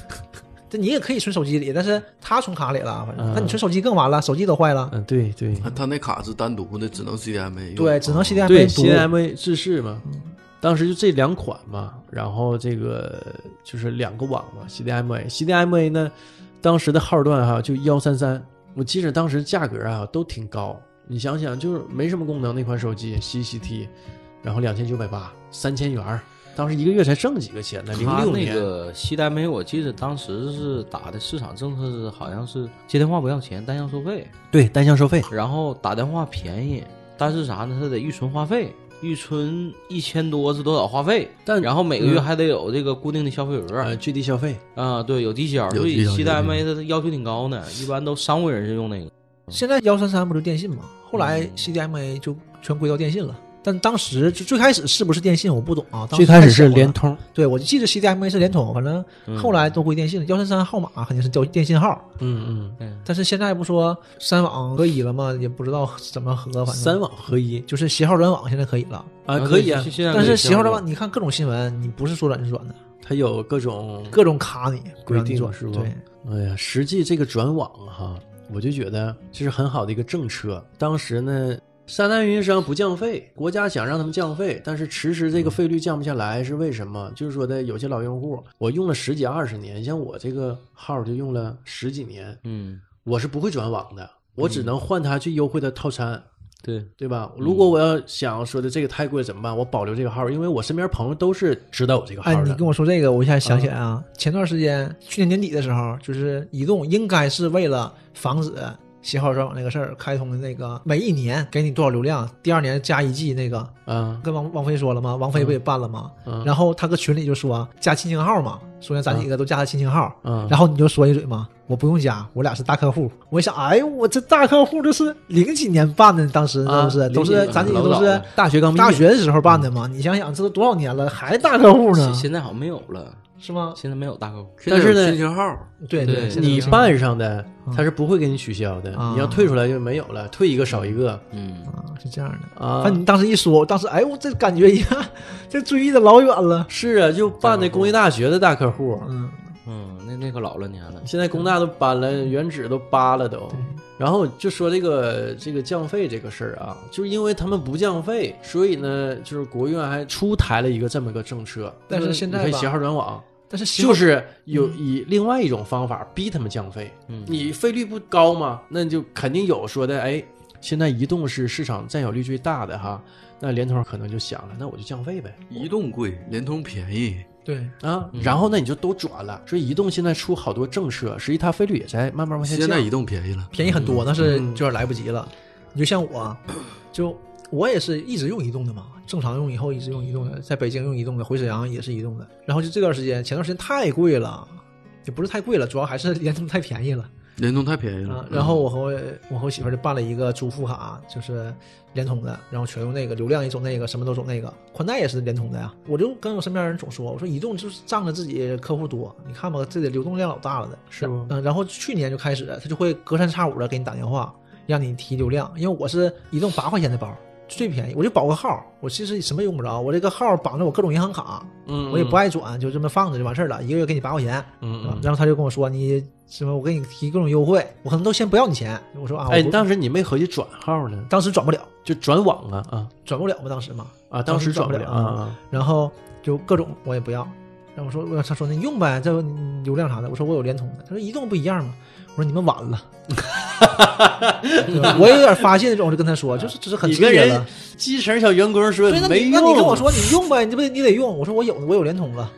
Speaker 4: 这你也可以存手机里，但是他存卡里了，反正，
Speaker 2: 嗯
Speaker 4: 但你存手机更完了，手机都坏了，
Speaker 2: 嗯、对对
Speaker 5: 啊他那卡是单独的，只能 CDMA 用。哦
Speaker 4: 对，只能 CDMA
Speaker 2: 对
Speaker 4: 读。
Speaker 2: ，CDMA 制式嘛，当时就这两款嘛，然后这个就是两个网嘛，CDMA，CDMA 呢，当时的号段哈、就幺三三，我记着当时价格啊都挺高，你想想就是没什么功能那款手机 CCT，然后两千九百八，三千元儿，当时一个月才挣几个钱呢，零
Speaker 3: 他
Speaker 2: 六
Speaker 3: 那
Speaker 2: 年。
Speaker 3: 个西单美，我记得当时是打的市场政策是好像是接电话不要钱，单向收费，
Speaker 2: 对单向收费，
Speaker 3: 然后打电话便宜，但是啥呢？他得预存话费，预存一千多是多少话费？
Speaker 2: 但
Speaker 3: 然后每个月
Speaker 2: 嗯
Speaker 3: 还得有这个固定的消费额
Speaker 2: 呃，
Speaker 3: 啊、
Speaker 2: 最低消费，
Speaker 3: 对，有抵消，
Speaker 5: 有
Speaker 3: 所以
Speaker 5: 抵消
Speaker 3: 西单
Speaker 5: 有
Speaker 3: MA 它要求挺高呢，一般都商务人士用那个。
Speaker 4: 现在幺三三不就电信
Speaker 2: 嗯
Speaker 4: 嘛？后来 CDMA 就全归到电信了。但当时就最开始是不是电信我不懂啊，当
Speaker 2: 最开始
Speaker 4: 太
Speaker 2: 是
Speaker 4: 小了
Speaker 2: 联，通，
Speaker 4: 对我就记得 CDMA 是联通，反正
Speaker 3: 嗯
Speaker 4: 后来都归电信了。幺三三号码肯定是叫电信号，
Speaker 2: 嗯
Speaker 3: 嗯，
Speaker 4: 但是现在不说三网可以了吗？也不知道怎么合，
Speaker 2: 嗯，
Speaker 4: 反正
Speaker 2: 三网合一
Speaker 4: 就是携号转网现在可以了。
Speaker 2: 啊，可以啊，
Speaker 3: 现在
Speaker 4: 但是携号
Speaker 3: 的
Speaker 4: 转网，你看各种新闻，你不是说转就转的，
Speaker 2: 它有各种
Speaker 4: 各种卡你不让你
Speaker 2: 规定
Speaker 4: 转
Speaker 2: 是不
Speaker 4: 对，
Speaker 2: 哎呀，实际这个转网哈，我就觉得这是很好的一个政策。当时呢，三大运营商不降费，国家想让他们降费，但是迟迟这个费率降不下来，是为什么？就是说的有些老用户，我用了十几二十年，像我这个号就用了十几年，
Speaker 3: 嗯，
Speaker 2: 我是不会转网的，我只能换他去优惠的套餐。
Speaker 3: 对，
Speaker 2: 对吧？如果我要想说的这个太贵怎么办？我保留这个号，因为我身边朋友都是知道我这个号
Speaker 4: 哎，
Speaker 2: 的。嗯
Speaker 4: 你跟我说这个，我一下想起来啊，前段时间去年年底的时候，就是移动应该是为了防止携号转网那个事儿，开通的那个每一年给你多少流量，第二年加一 G 那个，
Speaker 2: 啊，
Speaker 4: 跟王王菲说了吗？王菲不也办了吗？
Speaker 2: 嗯
Speaker 4: 然后他搁群里就说加亲情号嘛，说咱几个都加他亲情号，
Speaker 2: 嗯
Speaker 4: 然后你就说一嘴嘛，我不用加，我俩是大客户。我一想，哎呦，我这大客户这是零几年办的，当时
Speaker 2: 啊
Speaker 4: 都是、都
Speaker 2: 零
Speaker 4: 是
Speaker 2: 几
Speaker 4: 咱几个
Speaker 3: 老
Speaker 4: 都
Speaker 3: 早
Speaker 4: 是
Speaker 3: 了
Speaker 2: 大学刚毕业，嗯
Speaker 4: 大学的时候办的嘛，你想想这都多少年了，还大客户呢
Speaker 3: 现，现在好像没有了，
Speaker 4: 是吗？
Speaker 3: 现在没有大客户。
Speaker 2: 但是呢
Speaker 5: 亲情号
Speaker 4: 对
Speaker 3: 对
Speaker 4: 对，现在
Speaker 2: 你
Speaker 4: 是
Speaker 2: 办上的
Speaker 4: 嗯，
Speaker 2: 他是不会给你取消的。
Speaker 4: 啊
Speaker 2: 你要退出来就没有了，退一个少一个
Speaker 3: 嗯，
Speaker 4: 啊，是这样的。
Speaker 2: 啊
Speaker 4: 反。正你当时一说，我当时哎呦，这感觉一下， 这追的老远了。
Speaker 2: 是啊，就办的工业大学的大客户，
Speaker 4: 嗯，
Speaker 3: 嗯，那那可老了年了。
Speaker 2: 现在工大都搬了，原址都扒了都。然后就说这个这个降费这个事儿啊，就是因为他们不降费，所以呢，就是国务院还出台了一个这么个政策。
Speaker 4: 但是现在吧
Speaker 2: 你可以携号转网，
Speaker 4: 但是习
Speaker 2: 就
Speaker 4: 惯
Speaker 2: 是有以另外一种方法逼他们降费。
Speaker 3: 嗯，
Speaker 2: 你费率不高嘛，那就肯定有说的，哎，现在移动是市场占有率最大的哈，那联通可能就想了，那我就降费呗，
Speaker 5: 移动贵，联通便宜，
Speaker 4: 对
Speaker 2: 啊，然后那你就都转了，所以移动现在出好多政策，实际它费率也在慢慢往下降。
Speaker 5: 现在移动便宜了。
Speaker 4: 便宜很多，但是
Speaker 2: 嗯
Speaker 4: 有点来不及了。你就像我，就我也是一直用移动的嘛，正常用以后一直用移动的，在北京用移动的，回沈阳也是移动的。然后就这段时间，前段时间太贵了，也不是太贵了，主要还是联通太便宜了
Speaker 5: 联通太便宜
Speaker 2: 嗯
Speaker 5: 了
Speaker 4: 啊。。
Speaker 5: 嗯
Speaker 4: 然后我和我我和我媳妇儿就办了一个租付卡，就是联通的，然后全用那个，流量也走那个，什么都走那个，宽带也是联通的呀。我就跟我身边人总说，我说移动就是仗着自己客户多，你看吧，这得流动量老大了的。
Speaker 2: 是不？
Speaker 4: 嗯，然后去年就开始，他就会隔三差五的给你打电话，让你提流量。因为我是移动八块钱的包，最便宜，我就保个号，我其实什么用不着，我这个号绑着我各种银行卡，
Speaker 2: 嗯，
Speaker 4: 我也不爱转，就这么放着就完事儿了，一个月给你八块钱。
Speaker 2: 嗯，
Speaker 4: 啊
Speaker 2: 嗯
Speaker 4: 然后他就跟我说，你什么，我给你提各种优惠，我可能都先不要你钱。我说啊，
Speaker 2: 哎，
Speaker 4: 我不
Speaker 2: 你当时你没合计转号呢，
Speaker 4: 当时转不了，
Speaker 2: 就转网啊啊
Speaker 4: 转不了嘛，当时嘛。
Speaker 2: 啊！
Speaker 4: 当
Speaker 2: 当
Speaker 4: 时
Speaker 2: 时
Speaker 4: 转
Speaker 2: 转
Speaker 4: 不
Speaker 2: 不
Speaker 4: 了
Speaker 2: 了啊，啊
Speaker 4: 然后就各种我也不要，然后我说我他说那用呗，这流量啥的。我说我有联通的。他说移动不一样吗？我说你们晚了。 对吧我也有点发泄那种，我就跟他说，就是这是很
Speaker 2: 你
Speaker 4: 直
Speaker 2: 跟
Speaker 4: 接
Speaker 2: 人
Speaker 4: 的。
Speaker 2: 基层小员工说
Speaker 4: 对，那
Speaker 2: 没
Speaker 4: 你
Speaker 2: 用，啊
Speaker 4: 那你跟我说你用呗，你不得你得用。我说我有我有联通了，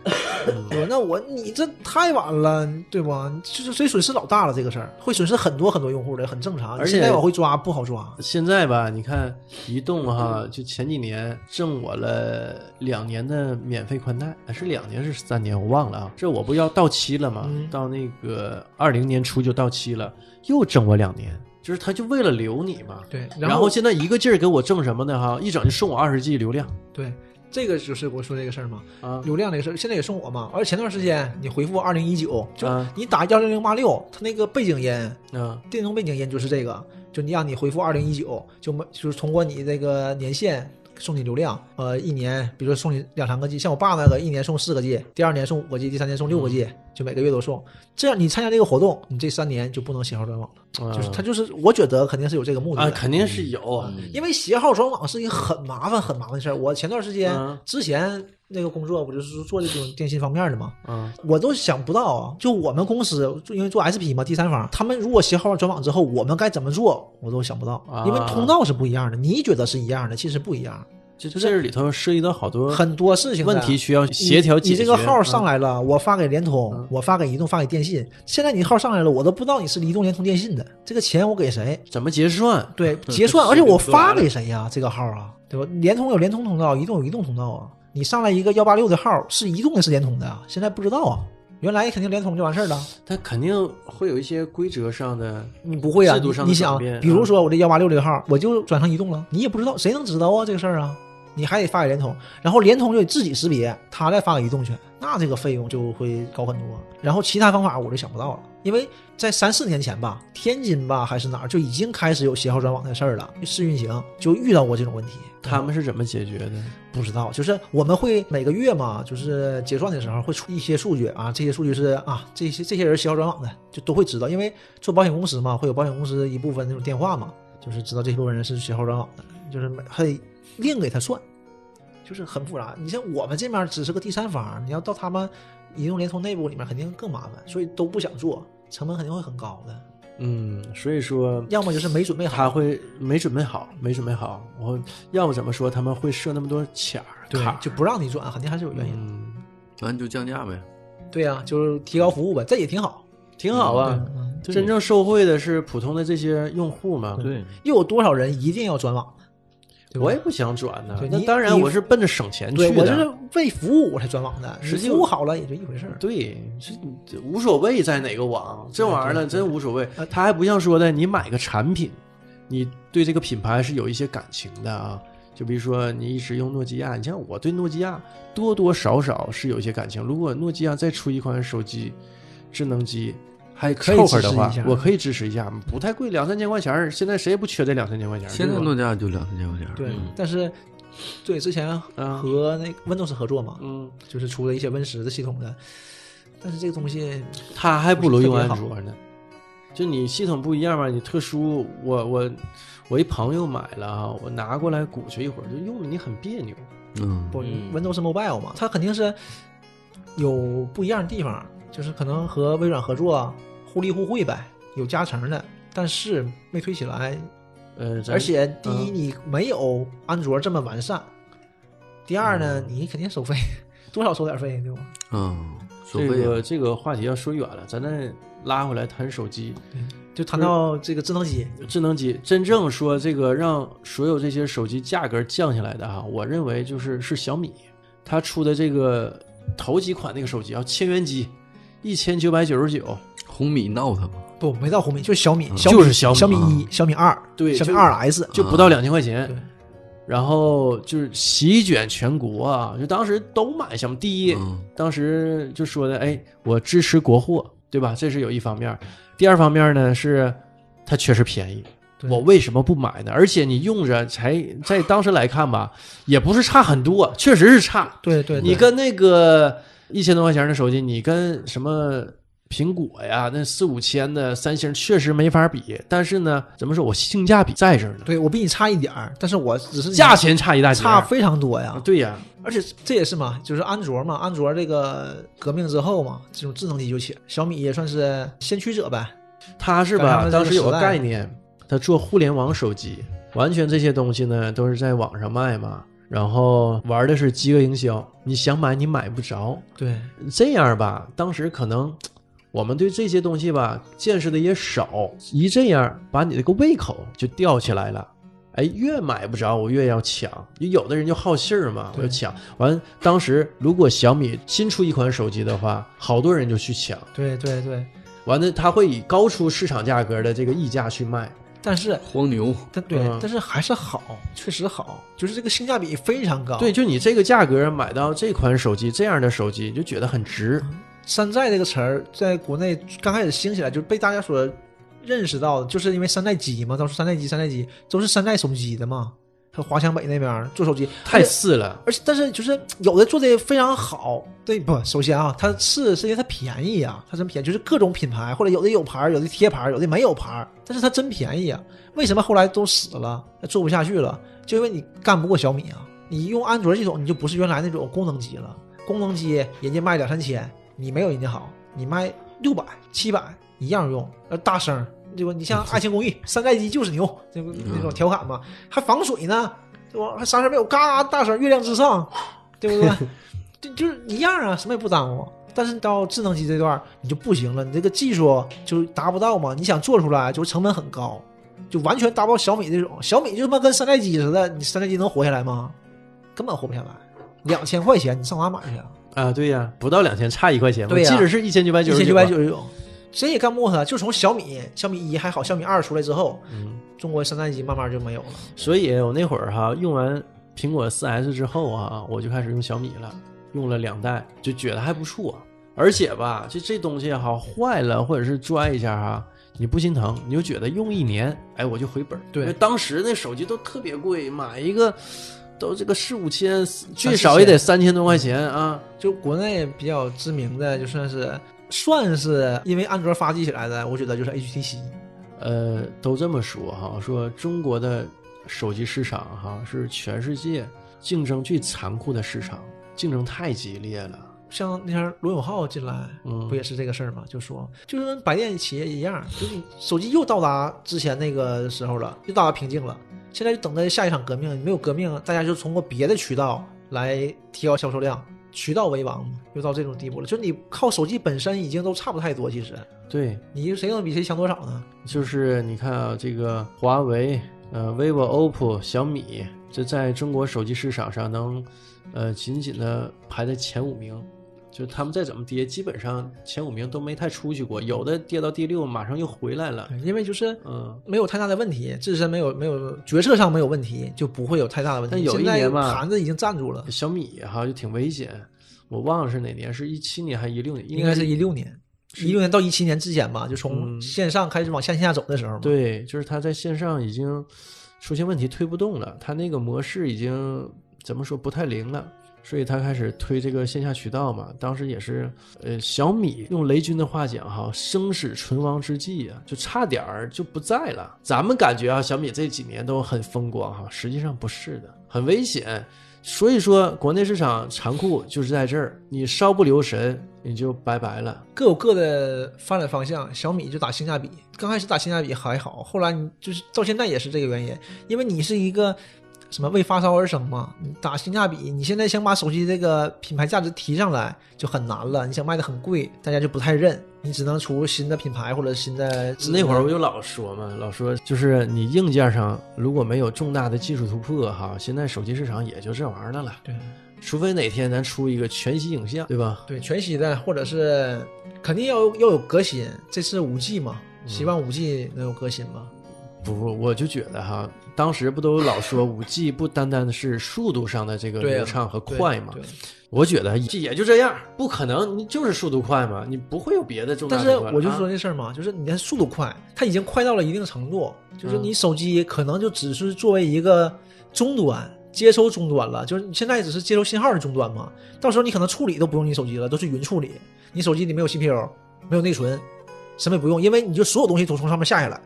Speaker 4: 对吧？那我你这太晚了，对吧？就是所以损失老大了，这个事儿会损失很多很多用户的，很正常。
Speaker 2: 而且
Speaker 4: 现在往回抓不好抓，
Speaker 2: 现在吧，你看移动哈，就前几年挣我了两年的免费宽带，呃是两年是三年，我忘了啊。这我不要到期了吗？
Speaker 4: 嗯
Speaker 2: 到那个二零年初就到期了，又挣我两年，就是他就为了留你嘛。
Speaker 4: 对。
Speaker 2: 然后现在一个劲儿给我挣什么呢？哈，一整就送我二十 G 流量
Speaker 4: 对。这个就是我说这个事儿嘛，
Speaker 2: 啊
Speaker 4: 流量这个事儿，现在也送我嘛。而且前段时间你回复二零一九，就
Speaker 2: 啊
Speaker 4: 你打幺零零八六，它那个背景音，
Speaker 2: 啊！
Speaker 4: 电动背景音就是这个，就你让你回复二零一九，就没就是通过你这个年限送你流量，呃，一年比如说送你两三个 G，像我爸那个一年送四个 G，第二年送五个 G，第三年送六个 G，、就
Speaker 2: 嗯
Speaker 4: 每个月都送。这样你参加这个活动，你这三年就不能携号断网了，就是他就是我觉得肯嗯定是有这个目
Speaker 2: 嗯
Speaker 4: 的
Speaker 2: 啊，
Speaker 4: 的。
Speaker 2: 肯定是有啊。
Speaker 4: 因为携号转网是一个很麻烦、很麻烦的事儿。我前段时间、
Speaker 2: 嗯
Speaker 4: 之前那个工作，不就是做这种电信方面的嘛，
Speaker 2: 啊
Speaker 4: 我都想不到啊！就我们公司，因为做 SP 嘛，第三方，他们如果携号转网之后，我们该怎么做，我都想不到
Speaker 2: 啊，
Speaker 4: 因为通道是不一样的。你觉得是一样的，其实不一样，
Speaker 2: 这这里头涉及到好多
Speaker 4: 很多事情的
Speaker 2: 嗯问题需要协调
Speaker 4: 你
Speaker 2: 解
Speaker 4: 你
Speaker 2: 决。嗯
Speaker 4: 这个号上来了，我发给联通，我发给移动，发给电信。现在你号上来了，我都不知道你是移动、联通、电信的，这个钱我给谁？
Speaker 2: 啊怎么结算？
Speaker 4: 对，结算，而且我发给谁呀、这个号啊，对吧？联通有联通通道，移动有移动通道啊。你上来一个幺八六的号，是移动的，是联通的啊，现在不知道啊。原来肯定联通就完事儿了，
Speaker 2: 它肯定会有一些规则上的，
Speaker 4: 你不会啊？
Speaker 2: 制度
Speaker 4: 你
Speaker 2: 上的转
Speaker 4: 你想
Speaker 2: 变，嗯
Speaker 4: 比如说我这幺八六这个号，我就转成移动了，你也不知道，谁能知道啊这个事儿啊？你还得发给联通，然后联通就得自己识别，他再发给移动去，那这个费用就会高很多。然后其他方法我就想不到了，因为在三四年前吧，天津吧还是哪儿就已经开始有携号转网的事儿了，试运行就遇到过这种问题。
Speaker 2: 他们是怎么解决的？
Speaker 4: 不知道，就是我们会每个月嘛，就是结算的时候会出一些数据啊，这些数据是啊，这些这些人携号转网的就都会知道，因为做保险公司嘛，会有保险公司一部分那种电话嘛，就是知道这部分人是携号转网的，就是每还得另给他算，就是很复杂。你像我们这面只是个第三方，你要到他们移动、联通内部里面肯定更麻烦，所以都不想做，成本肯定会很高的。
Speaker 2: 嗯，所以说
Speaker 4: 要么就是没准备好，
Speaker 2: 他会没准备好，没准备好，然后要么怎么说他们会设那么多卡儿
Speaker 4: 对
Speaker 2: 卡，儿，
Speaker 4: 就不让你转，肯定还是有原因的。
Speaker 2: 嗯，
Speaker 5: 那你就降价呗。
Speaker 4: 对呀、就是提高服务呗，这也挺好。
Speaker 2: 挺好啊。
Speaker 4: 嗯嗯
Speaker 2: 真正受惠的是普通的这些用户嘛。，
Speaker 3: 对，
Speaker 4: 又有多少人一定要转网呢？对吧
Speaker 2: 我也不想转呢
Speaker 4: 对。
Speaker 2: 那
Speaker 4: 你
Speaker 2: 当然，
Speaker 4: 你
Speaker 2: 我是奔着省钱
Speaker 4: 对
Speaker 2: 去
Speaker 4: 我就是
Speaker 2: 的。
Speaker 4: 为服务我才转网的，
Speaker 2: 实际
Speaker 4: 你服务好了也就一回事儿。
Speaker 2: 对，这这无所谓在哪个网，这玩意儿呢真无所谓
Speaker 4: 呃。
Speaker 2: 它还不像说的，你买个产品，你对这个品牌是有一些感情的啊。就比如说你一直用诺基亚，你像我对诺基亚多多少少是有一些感情。如果诺基亚再出一款手机，智能机还
Speaker 4: 可以
Speaker 2: 凑合的
Speaker 4: 支持
Speaker 2: 话
Speaker 4: 一下，
Speaker 2: 我可以支持一下，不太贵，两三千块钱儿。现在谁也不缺这两三千块钱儿。
Speaker 5: 现在
Speaker 2: 对吧
Speaker 5: 诺基亚就两三千块钱儿。
Speaker 4: 对
Speaker 5: 嗯，
Speaker 4: 但是对之前和那个 Windows 合作嘛，
Speaker 2: 嗯，
Speaker 4: 就是出了一些 Win 十的系统的，但是这个东西
Speaker 2: 它还不如用安卓呢。就你系统不一样嘛，你特殊。我我我一朋友买了啊，我拿过来鼓捣一会儿，就用的你很别扭。
Speaker 5: 嗯，
Speaker 4: 不、
Speaker 3: 嗯
Speaker 4: Windows Mobile 嘛，它肯定是有不一样的地方，就是可能和微软合作互利互惠呗，有加成的，但是没推起来，
Speaker 2: 呃，咱
Speaker 4: 而且第一，
Speaker 2: 嗯
Speaker 4: 你没有安卓这么完善；第二
Speaker 2: 嗯
Speaker 4: 呢，你肯定收费，多少收点费，对吧？
Speaker 5: 嗯，收
Speaker 2: 这
Speaker 5: 费
Speaker 2: 个
Speaker 5: 啊
Speaker 2: 这个话题要说远了，咱再拉回来谈手机、
Speaker 4: 就谈到这个智能机，
Speaker 2: 智能机。真正说这个让所有这些手机价格降下来的哈、我认为就是是小米，它出的这个头几款那个手机啊，千元机，一千九百九十九，
Speaker 5: 红米 Note 嘛，
Speaker 4: 不没到红米，就是小米，小
Speaker 2: 嗯
Speaker 4: 米
Speaker 2: 就是小米嗯
Speaker 4: 小米一、小米二、
Speaker 2: 对
Speaker 4: 小米
Speaker 2: 就
Speaker 4: 二 S，啊
Speaker 2: 就不到两千块钱。
Speaker 4: 对
Speaker 2: 然后就是席卷全国啊！就当时都买什么？第一，
Speaker 5: 嗯
Speaker 2: 当时就说的，哎，我支持国货，对吧？这是有一方面儿。第二方面呢是，它确实便宜。
Speaker 4: 对
Speaker 2: 我为什么不买呢？而且你用着才在当时来看吧，也不是差很多，确实是差。
Speaker 4: 对对，对
Speaker 2: 你跟那个一千多块钱的手机，你跟什么苹果呀，那四五千的三星确实没法比。但是呢，怎么说我性价比在这儿呢？
Speaker 4: 对我比你差一点儿，但是我只是
Speaker 2: 价钱差一大截儿，嗯
Speaker 4: 差非常多呀。
Speaker 2: 对呀，
Speaker 4: 而且这也是嘛，就是安卓嘛，安卓这个革命之后嘛，这种智能机就起来，小米也算是先驱者呗。
Speaker 2: 他是
Speaker 4: 赶上
Speaker 2: 吧？
Speaker 4: 了这个
Speaker 2: 当时有个
Speaker 4: 时代
Speaker 2: 概念，他做互联网手机，完全这些东西呢都是在网上卖嘛，然后玩的是饥饿营销，你想买你买不着。
Speaker 4: 对，
Speaker 2: 这样吧，当时可能我们对这些东西吧见识的也少，一这样把你这个胃口就吊起来了。哎，越买不着，我越要抢。有的人就好信儿嘛，我
Speaker 4: 对
Speaker 2: 就抢。完，当时如果小米新出一款手机的话，好多人就去抢。
Speaker 4: 对对对，
Speaker 2: 完了，他会以高出市场价格的这个溢价去卖。
Speaker 4: 但是
Speaker 5: 黄牛，
Speaker 4: 但对，
Speaker 2: 嗯
Speaker 4: 但是还是好，确实好，就是这个性价比非常高。
Speaker 2: 对，，就你这个价格买到这款手机，这样的手机就觉得很值。
Speaker 4: 山寨这个词儿在国内刚开始兴起来，就被大家所认识到的，就是因为山寨机嘛，都是山寨机，山寨机都是山寨手机的嘛。还有华强北那边儿做手机
Speaker 2: 太
Speaker 4: 而且
Speaker 2: 次了，
Speaker 4: 而且但是就是有的做的非常好，对不？首先啊，它是是因为它便宜啊，它真便宜，就是各种品牌，或者有的有牌儿，有的贴牌儿，有的没有牌儿，但是它真便宜啊。为什么后来都死了，做不下去了？就因为你干不过小米啊，你用安卓系统你就不是原来那种功能机了，功能机人家卖两三千，你没有人家好，你卖六百、七百一样用，呃，大声儿。对吧？你像 《爱情公寓》，山寨机就是牛，那个那种调侃嘛，还防水呢，对吧？还啥事儿没有，嘎大声，月亮之上，对 不对？就就是一样啊，什么也不耽误。但是到智能机这段儿你就不行了，你这个技术就达不到嘛，你想做出来就是成本很高，就完全达不到小米这种。小米就他妈跟山寨机似的，你山寨机能活下来吗？根本活不下来。两千块钱你上哪买去啊？
Speaker 2: 啊，对呀、不到两千，差一块钱。
Speaker 4: 对呀
Speaker 2: 我记得是一千九百
Speaker 4: 一
Speaker 2: 九十
Speaker 4: 千
Speaker 2: 九，
Speaker 4: 九百九十九，谁也干不过它。就从小米、小米一还好，小米二出来之后，
Speaker 2: 嗯
Speaker 4: 中国山寨机慢慢就没有了。
Speaker 2: 所以我那会儿哈、用完苹果4 S 之后啊，我就开始用小米了，用了两代，就觉得还不错。而且吧，就这东西哈、坏了或者是摔一下哈、你不心疼，你就觉得用一年，哎，我就回本儿。
Speaker 4: 对
Speaker 2: 因为当时那手机都特别贵，买一个都这个四五千，最少也得三千多块钱啊。
Speaker 4: 就国内比较知名的，就算是算是因为安卓发迹起来的，我觉得就是 HTC。
Speaker 2: 呃，都这么说哈，说中国的手机市场哈是全世界竞争最残酷的市场，竞争太激烈了。
Speaker 4: 像那天罗永浩进来，
Speaker 2: 嗯
Speaker 4: 不也是这个事儿吗？就说，就是跟白电企业一样，就是你手机又到达之前那个时候了，又到达瓶颈了。现在就等着下一场革命，没有革命，大家就通过别的渠道来提高销售量，渠道为王嘛，又到这种地步了。就是你靠手机本身已经都差不太多，其实
Speaker 2: 对，
Speaker 4: 你谁能比谁强多少呢？
Speaker 2: 就是你看啊，这个华为、呃、vivo、OPPO、小米，这在中国手机市场上能，呃，紧紧的排在前五名。就他们再怎么跌，基本上前五名都没太出去过，有的跌到第六，马上又回来了。
Speaker 4: 因为就是
Speaker 2: 嗯，
Speaker 4: 没有太大的问题，自身没有没有决策上没有问题，就不会有太大的问题。
Speaker 2: 但有一
Speaker 4: 现在
Speaker 2: 年嘛
Speaker 4: 盘子已经站住了，
Speaker 2: 小米哈就挺危险，我忘了是哪年，是一七年还是一六年？
Speaker 4: 应该是一六年，一六年到一七年之间吧，就从
Speaker 2: 嗯
Speaker 4: 线上开始往线下走的时候嘛。
Speaker 2: 对，就是它在线上已经出现问题，推不动了，它那个模式已经怎么说不太灵了。所以它开始推这个线下渠道嘛，当时也是，呃，小米用雷军的话讲哈，生死存亡之际啊，就差点儿就不在了。咱们感觉啊，小米这几年都很风光哈，实际上不是的，很危险。所以说，国内市场残酷就是在这儿，你稍不留神，你就拜拜了。
Speaker 4: 各有各的发展方向。小米就打性价比，刚开始打性价比还好，后来你就是到现在也是这个原因，因为你是一个什么为发烧而生嘛，你打性价比，你现在想把手机这个品牌价值提上来就很难了，你想卖的很贵，大家就不太认，你只能出新的品牌或者新的。
Speaker 2: 那会儿我就老说嘛，老说就是你硬件上如果没有重大的技术突破哈，现在手机市场也就这玩意儿的了。
Speaker 4: 对
Speaker 2: 除非哪天咱出一个全息影像，对吧？
Speaker 4: 对全息的，或者是肯定要有要有革新，这次五 G 嘛，
Speaker 2: 嗯
Speaker 4: 希望五 G 能有革新吧。
Speaker 2: 不不，我就觉得哈，当时不都老 说五 G 不单单是速度上的这个
Speaker 4: 对啊
Speaker 2: 流畅和
Speaker 4: 对
Speaker 2: 快嘛
Speaker 4: 对？
Speaker 2: 我觉得也也就这样，不可能，你就是速度快嘛，你不会有别的重大
Speaker 4: 但
Speaker 2: 突
Speaker 4: 是
Speaker 2: 破了啊。
Speaker 4: 我就说这事儿嘛，就是你的速度快，它已经快到了一定程度，就是
Speaker 2: 嗯
Speaker 4: 你手机可能就只是作为一个终端接收终端了，就是你现在只是接收信号的终端嘛。到时候你可能处理都不用你手机了，都是云处理，你手机里没有 CPU，没有内存，什么也不用，因为你就所有东西都从上面下下来。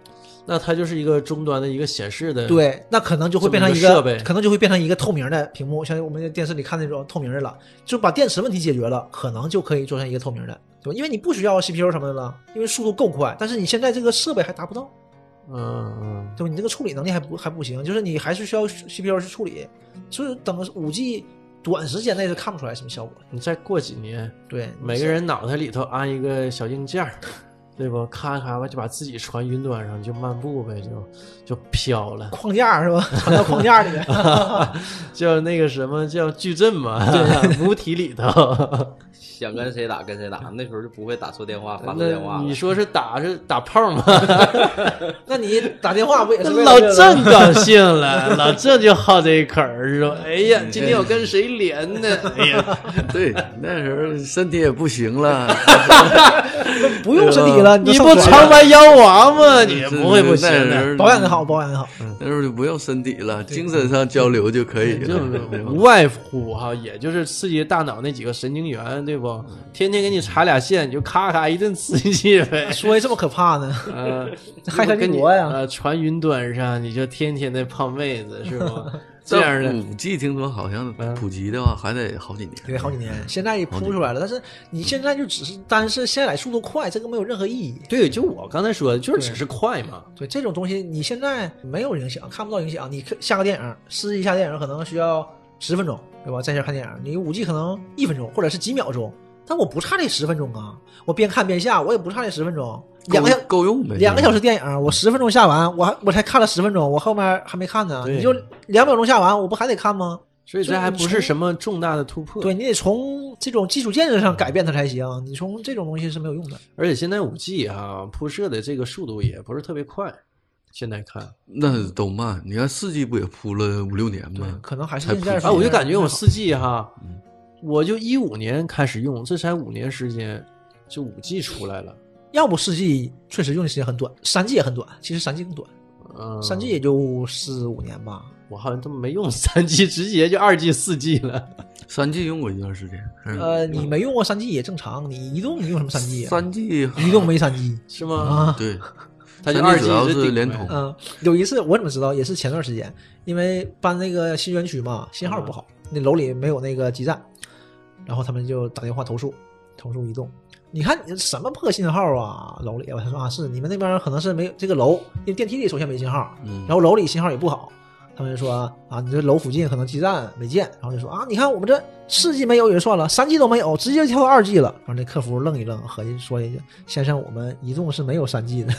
Speaker 2: 那它就是一个终端的一个显示的，，
Speaker 4: 对，那可能就会变成
Speaker 2: 这么
Speaker 4: 一
Speaker 2: 一个设备
Speaker 4: 可能就会变成一个透明的屏幕，像我们电视里看那种透明的了，就把电池问题解决了，可能就可以做成一个透明的，对吧？因为你不需要 CPU 什么的了，因为速度够快，但是你现在这个设备还达不到，
Speaker 2: 嗯嗯，
Speaker 4: 对吧？你这个处理能力还不还不行，就是你还是需要 CPU 去处理，所以等五 G 短时间内是看不出来什么效果的。
Speaker 2: 你再过几年，
Speaker 4: 对，。
Speaker 2: 每个人脑袋里头安一个小硬件儿，对不？咔咔吧，就把自己传云端上，你就漫步呗，就就飘了
Speaker 4: 框架是吧？传到框架里面，
Speaker 2: 叫那个什么叫矩阵嘛， 母体里头。
Speaker 3: 想跟谁打跟谁打，那时候就不会打错电话、发错电
Speaker 2: 那
Speaker 3: 话了。
Speaker 2: 你说是打是打炮吗？
Speaker 4: 那你打电话不也是为了
Speaker 2: 老
Speaker 4: 这个
Speaker 2: 郑高兴了，老郑就好这一口儿，说：“哎呀，
Speaker 4: 嗯
Speaker 2: 今天我跟谁连呢？”哎呀，
Speaker 5: 对，那时候身体也不行 了，
Speaker 4: 不用身体 了，
Speaker 2: 你
Speaker 4: 就
Speaker 2: 不
Speaker 4: 上传
Speaker 2: 长
Speaker 4: 了
Speaker 2: 白妖王吗？
Speaker 4: 嗯
Speaker 2: 你不会不行
Speaker 5: 那时
Speaker 2: 的。
Speaker 5: 候
Speaker 4: 保养的好，，保养的好。。
Speaker 2: 嗯
Speaker 5: 那时候就不要身体了，精神上交流就可以
Speaker 2: 就
Speaker 5: 了，
Speaker 2: 是
Speaker 5: 对吧
Speaker 2: 无外乎哈，也就是刺激大脑那几个神经元，对不？天天给你插俩线，你就咔咔一顿刺激呗
Speaker 4: 说的这么可怕呢？
Speaker 2: 呃，
Speaker 4: 害怕
Speaker 2: 跟
Speaker 4: 帝
Speaker 2: 你
Speaker 4: 国呀
Speaker 2: 呃，传云端上，你就天天的泡妹子是不？ 这样的，
Speaker 5: 五 G 听说好像
Speaker 2: 嗯
Speaker 5: 普及的话还得好几年，
Speaker 4: 对，好几年，现在也铺出来了，但是你现在就只是单是现在来速度快，这个没有任何意义。
Speaker 2: 对，就我刚才说的，就是只是快嘛。
Speaker 4: 对这种东西，你现在没有影响，看不到影响。你看下个电影，试一下电影可能需要十分钟，对吧？在线看电影，你五 G 可能一分钟或者是几秒钟，但我不差这十分钟啊！我边看边下，我也不差这十分钟，两个小
Speaker 5: 够够用呗，
Speaker 4: 两个小时电影，我十分钟下完，我还我才看了十分钟，我后面还没看呢，
Speaker 2: 对
Speaker 4: 你就两秒钟下完，我不还得看吗？
Speaker 2: 所以这还不是什么重大的突破。
Speaker 4: 对，你得从这种基础建设上改变它才行，你从这种东西是没有用的。
Speaker 2: 而且现在五 G 哈铺设的这个速度也不是特别快，现在看
Speaker 5: 那都慢。你看四 G 不也铺了五六年
Speaker 4: 对
Speaker 5: 吗，？
Speaker 4: 嗯可能还是
Speaker 5: 才
Speaker 4: 现在
Speaker 5: 普及
Speaker 4: 是
Speaker 2: 啊，我就感觉我四 G 哈
Speaker 5: 嗯，
Speaker 2: 我就一五年开始用，这才五年时间，就五 G 出来了。
Speaker 4: 要不四 G 确实用的时间很短，三 G 也很短，其实三 G 更短，
Speaker 2: 嗯，
Speaker 4: 三 G 也就四五年吧。
Speaker 2: 我好像都没用三 G，直接就二 G、四 G 了。
Speaker 5: 三 G 用过一段时间，嗯
Speaker 4: 呃，你没用过三 G 也正常，你移动你用什么三 G 啊？
Speaker 5: 三 G
Speaker 4: 移动没三 G
Speaker 2: 是吗？
Speaker 4: 啊？
Speaker 5: 对，
Speaker 2: 它就二
Speaker 5: 三 G
Speaker 2: G
Speaker 5: 主要
Speaker 2: 直
Speaker 5: 是
Speaker 2: 顶
Speaker 5: 联
Speaker 2: 呗
Speaker 5: 通
Speaker 4: 嗯、有一次我怎么知道？也是前段时间，因为搬那个新园区嘛，信号不好，那楼里没有那个基站，然后他们就打电话投诉，投诉移动。你看你什么破信号啊，楼里！我他说啊，是你们那边可能是没有这个楼，因为电梯里首先没信号，
Speaker 5: 嗯
Speaker 4: 然后楼里信号也不好。他们就说啊，你这楼附近可能基站没建，然后就说啊，你看我们这四 G 没有也就算了，三 G 都没有，直接跳到二 G 了。然后那客服愣一愣，合计说一句：“先生，我们移动是没有三 G 的。”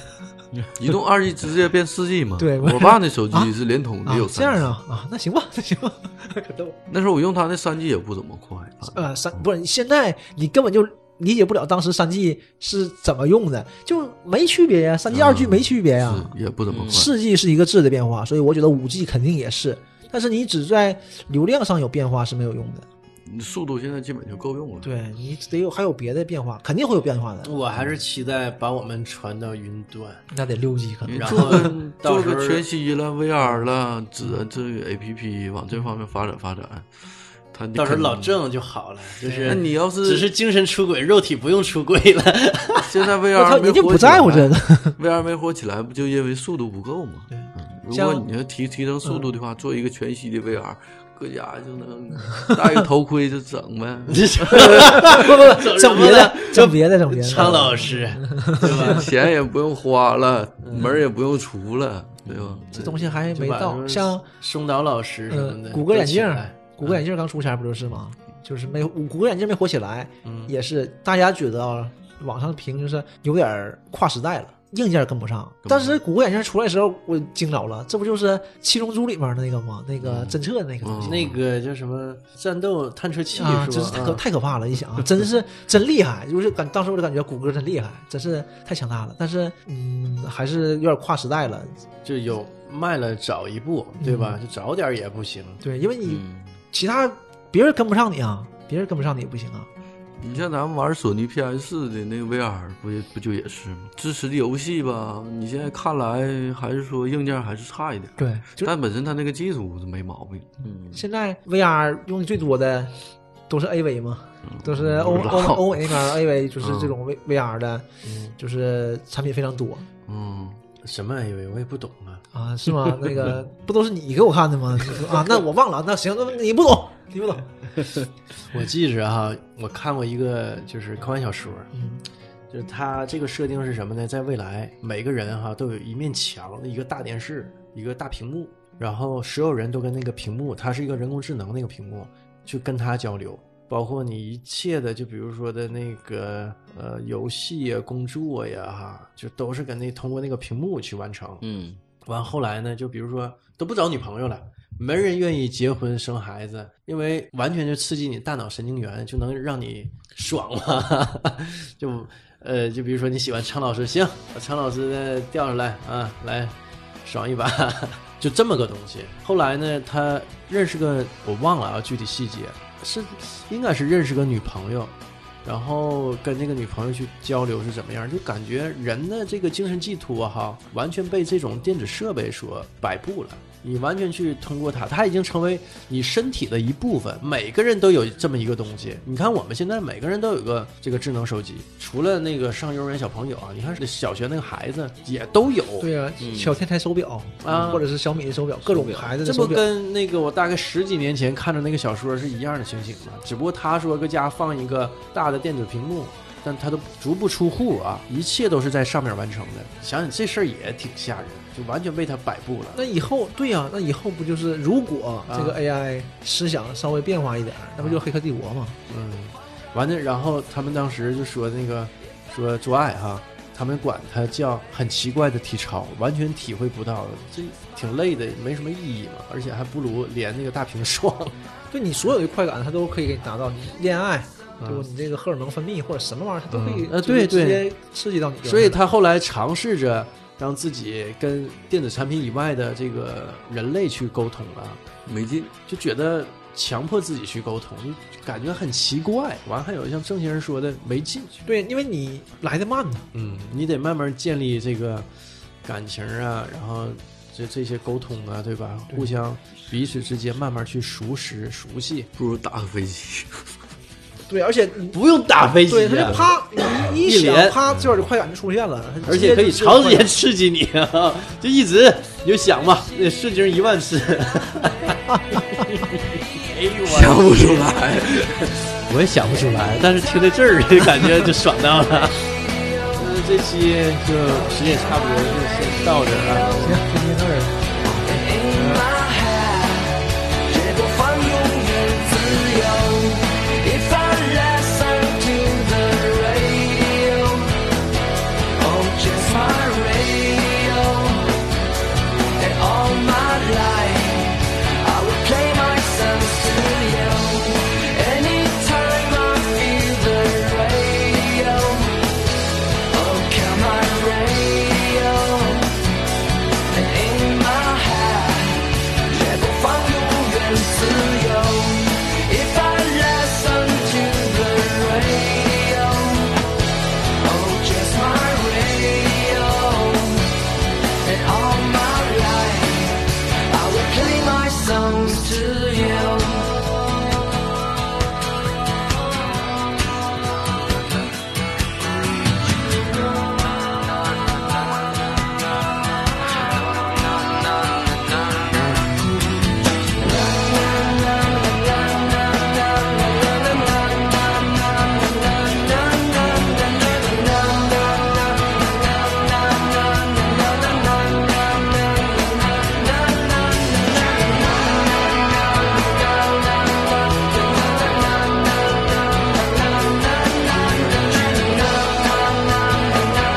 Speaker 5: 移动二 G 直接变四 G 嘛。
Speaker 4: 对我
Speaker 5: 我爸那手机是联通
Speaker 4: 啊
Speaker 5: 的，有，
Speaker 4: 这样
Speaker 5: 3G
Speaker 4: 啊啊，那行吧， 那行吧，可逗。
Speaker 5: 那时候我用他那三 G 也不怎么快，
Speaker 4: 呃，三不是现在你根本就理解不了当时三 G 是怎么用的，就没区别呀，三 G
Speaker 5: 嗯
Speaker 4: 二 G 没区别呀。
Speaker 5: 是也不怎么快。
Speaker 4: 四 G 是一个质的变化，所以我觉得五 G 肯定也是，但是你只在流量上有变化是没有用的。
Speaker 5: 速度现在基本就够用了。
Speaker 4: 对你得有还有别的变化，肯定会有变化的。
Speaker 2: 我还是期待把我们传到云端，
Speaker 4: 那得六 G 可能
Speaker 5: 嗯，
Speaker 2: 然
Speaker 5: 做
Speaker 2: 后
Speaker 5: 个
Speaker 2: 到
Speaker 5: 做
Speaker 2: 时候
Speaker 5: 个全息了、VR 了、指纹这个 APP 往这方面发展发展，他
Speaker 2: 到时候
Speaker 5: 肯
Speaker 2: 老。郑就好了，就是
Speaker 5: 那你要是
Speaker 2: 只是精神出轨，肉体不用出轨了。
Speaker 5: 现 在
Speaker 4: 我
Speaker 5: VR
Speaker 4: 操，
Speaker 5: 没
Speaker 4: 人家
Speaker 5: 火
Speaker 4: 不
Speaker 5: 起来
Speaker 4: 在乎这个。
Speaker 5: VR 没火起来，不就因为速度不够吗？嗯如果
Speaker 4: 像嗯
Speaker 5: 你要提提升速度的话，做一个全息的 VR，搁家就能戴个头盔就整 呗。
Speaker 4: 不不不，
Speaker 2: 整
Speaker 4: 整别
Speaker 2: 什么
Speaker 4: 的
Speaker 2: 了，
Speaker 4: 整别的，整别的。
Speaker 2: 昌老师，
Speaker 5: 钱也不用花了，
Speaker 4: 嗯
Speaker 5: 门儿也不用出了，对吧？
Speaker 4: 这东西还没
Speaker 2: 就把什
Speaker 4: 到，
Speaker 2: 么
Speaker 4: 像
Speaker 2: 松岛老师什么
Speaker 4: 嗯
Speaker 2: 的，，
Speaker 4: 谷歌眼
Speaker 2: 都
Speaker 4: 镜
Speaker 2: 起
Speaker 4: 儿
Speaker 2: 来，
Speaker 4: 谷歌眼镜儿刚出前不就是吗？就是没谷歌眼镜没火起来，
Speaker 2: 嗯
Speaker 4: 也是大家觉得啊，网上评就是有点儿跨时代了，硬件跟不上。当时谷歌眼镜出来的时候，我惊着了，这不就是《七龙珠》里面那个吗？那个侦测那个东西。
Speaker 5: 嗯
Speaker 2: 那个叫什么战斗探测器
Speaker 4: 啊，
Speaker 2: 是
Speaker 4: 真
Speaker 2: 吧
Speaker 4: 是太可
Speaker 2: 啊？
Speaker 4: 太可怕了！一想 啊，真是真厉害，就是感当时我就感觉谷歌真厉害，真是太强大了。但是，嗯，还是有点跨时代了。
Speaker 2: 就有迈了早一步，对吧？就早点儿也不行。
Speaker 4: 对，因为你
Speaker 5: 嗯
Speaker 4: 其他别人跟不上你啊，别人跟不上你也不行啊。
Speaker 5: 你像咱们玩索尼 PS 的那个 VR，不也不就也是吗？支持的游戏吧，你现在看来还是说硬件还是差一点，
Speaker 4: 对，就
Speaker 5: 但本身它那个技术是没毛病。
Speaker 4: 现在 VR 用的最多的都是 AV 嘛，都是欧
Speaker 5: 嗯不知
Speaker 4: 欧
Speaker 5: 道
Speaker 4: 欧美那边 AV 就是
Speaker 5: 嗯
Speaker 4: 这种 V VR 的，就是产品非常多。
Speaker 5: 嗯，
Speaker 2: 什么 AV 我也不懂啊。
Speaker 4: 啊，是吗？那个不都是你给我看的吗？你说啊，那我忘了，那行，那你不懂，你不懂。
Speaker 2: 我记着哈、我看过一个就是科幻小说，
Speaker 4: 嗯
Speaker 2: 就是它这个设定是什么呢？在未来，每个人哈、都有一面墙，一个大电视，一个大屏幕，然后所有人都跟那个屏幕，它是一个人工智能那个屏幕，去跟它交流，包括你一切的，就比如说的那个呃游戏呀、工作呀哈，就都是跟那通过那个屏幕去完成。
Speaker 3: 嗯
Speaker 2: 完后来呢，就比如说都不找女朋友了，没人愿意结婚生孩子，因为完全就刺激你大脑神经元，就能让你爽嘛。 就呃，就比如说你喜欢苍老师，行，把苍老师的调上来啊，来爽一把， 就这么个东西。后来呢，他认识个我忘了啊，具体细节是应该是认识个女朋友。然后跟那个女朋友去交流是怎么样，就感觉人的这个精神寄托哈，完全被这种电子设备所摆布了。你完全去通过它，它已经成为你身体的一部分。每个人都有这么一个东西。你看我们现在每个人都有个这个智能手机，除了那个上幼儿园小朋友啊，你看小学那个孩子也都有。
Speaker 4: 对呀、啊
Speaker 3: 嗯，
Speaker 4: 小天才手表
Speaker 2: 啊
Speaker 4: 或者是小米的手表，各种牌子的
Speaker 2: 这
Speaker 4: 手
Speaker 2: 不
Speaker 4: 表。
Speaker 2: 跟那个我大概十几年前看的那个小说是一样的情形吗？只不过他说搁家放一个大的电子屏幕，但他都足不出户啊，一切都是在上面完成的。想想这事儿也挺吓人，就完全被他摆布了。
Speaker 4: 那以后，对呀、那以后不就是如果
Speaker 2: 啊
Speaker 4: 这个 AI 思想稍微变化一点，那不就是黑客帝国吗？
Speaker 2: 嗯，完了，然后他们当时就说那个说做爱哈，他们管它叫很奇怪的体操，完全体会不到，这挺累的，没什么意义嘛，而且还不如连那个大屏 爽。
Speaker 4: 对你所有的快感，它都可以给你达到。你恋爱，
Speaker 2: 嗯
Speaker 4: 对吧？你这个荷尔蒙分泌或者什么玩意儿，它都可以
Speaker 2: 嗯呃
Speaker 4: 就
Speaker 2: 对
Speaker 4: 是直
Speaker 2: 对
Speaker 4: 接刺激到你。
Speaker 2: 所以他后来尝试着让自己跟电子产品以外的这个人类去沟通啊，
Speaker 5: 没劲。
Speaker 2: 就觉得强迫自己去沟通，就感觉很奇怪。完，还有像郑先生说的没劲，
Speaker 4: 对，因为你来的慢呢，
Speaker 2: 嗯，你得慢慢建立这个感情啊，然后这这些沟通啊，对吧？
Speaker 4: 对
Speaker 2: 互相彼此之间慢慢去熟识、熟悉，
Speaker 5: 不如打个飞机，
Speaker 4: 对，而且你
Speaker 2: 不用打飞
Speaker 4: 对，
Speaker 2: 机、
Speaker 4: 它就
Speaker 2: 啊。
Speaker 4: 啪， 你一
Speaker 2: 一连
Speaker 4: 想，啪，这会儿就快感就出现了，它
Speaker 2: 而
Speaker 4: 直接
Speaker 2: 且可以
Speaker 4: 就是
Speaker 2: 长时
Speaker 4: 快
Speaker 2: 间
Speaker 4: 感
Speaker 2: 刺激你 啊，就一直你就想嘛，那瞬间一万次。
Speaker 5: 想不出来。
Speaker 2: 我也想不出来，但是听到这儿就感觉就爽到了。 嗯，这期就时间也差不多，就先到这儿啊。
Speaker 4: 行，就今天到这儿。
Speaker 1: 结果放永远自由，一发 less until the radio. Oh, just my radio. And all my life, I will play my songs to you. Anytime I feel the radio. Oh, come on, radio. And in my heart. 绝不放永远自由。If I listen to the radio, oh just my radio, and all my life I will play my songs to you. na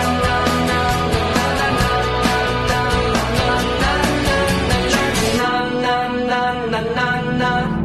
Speaker 1: na na na na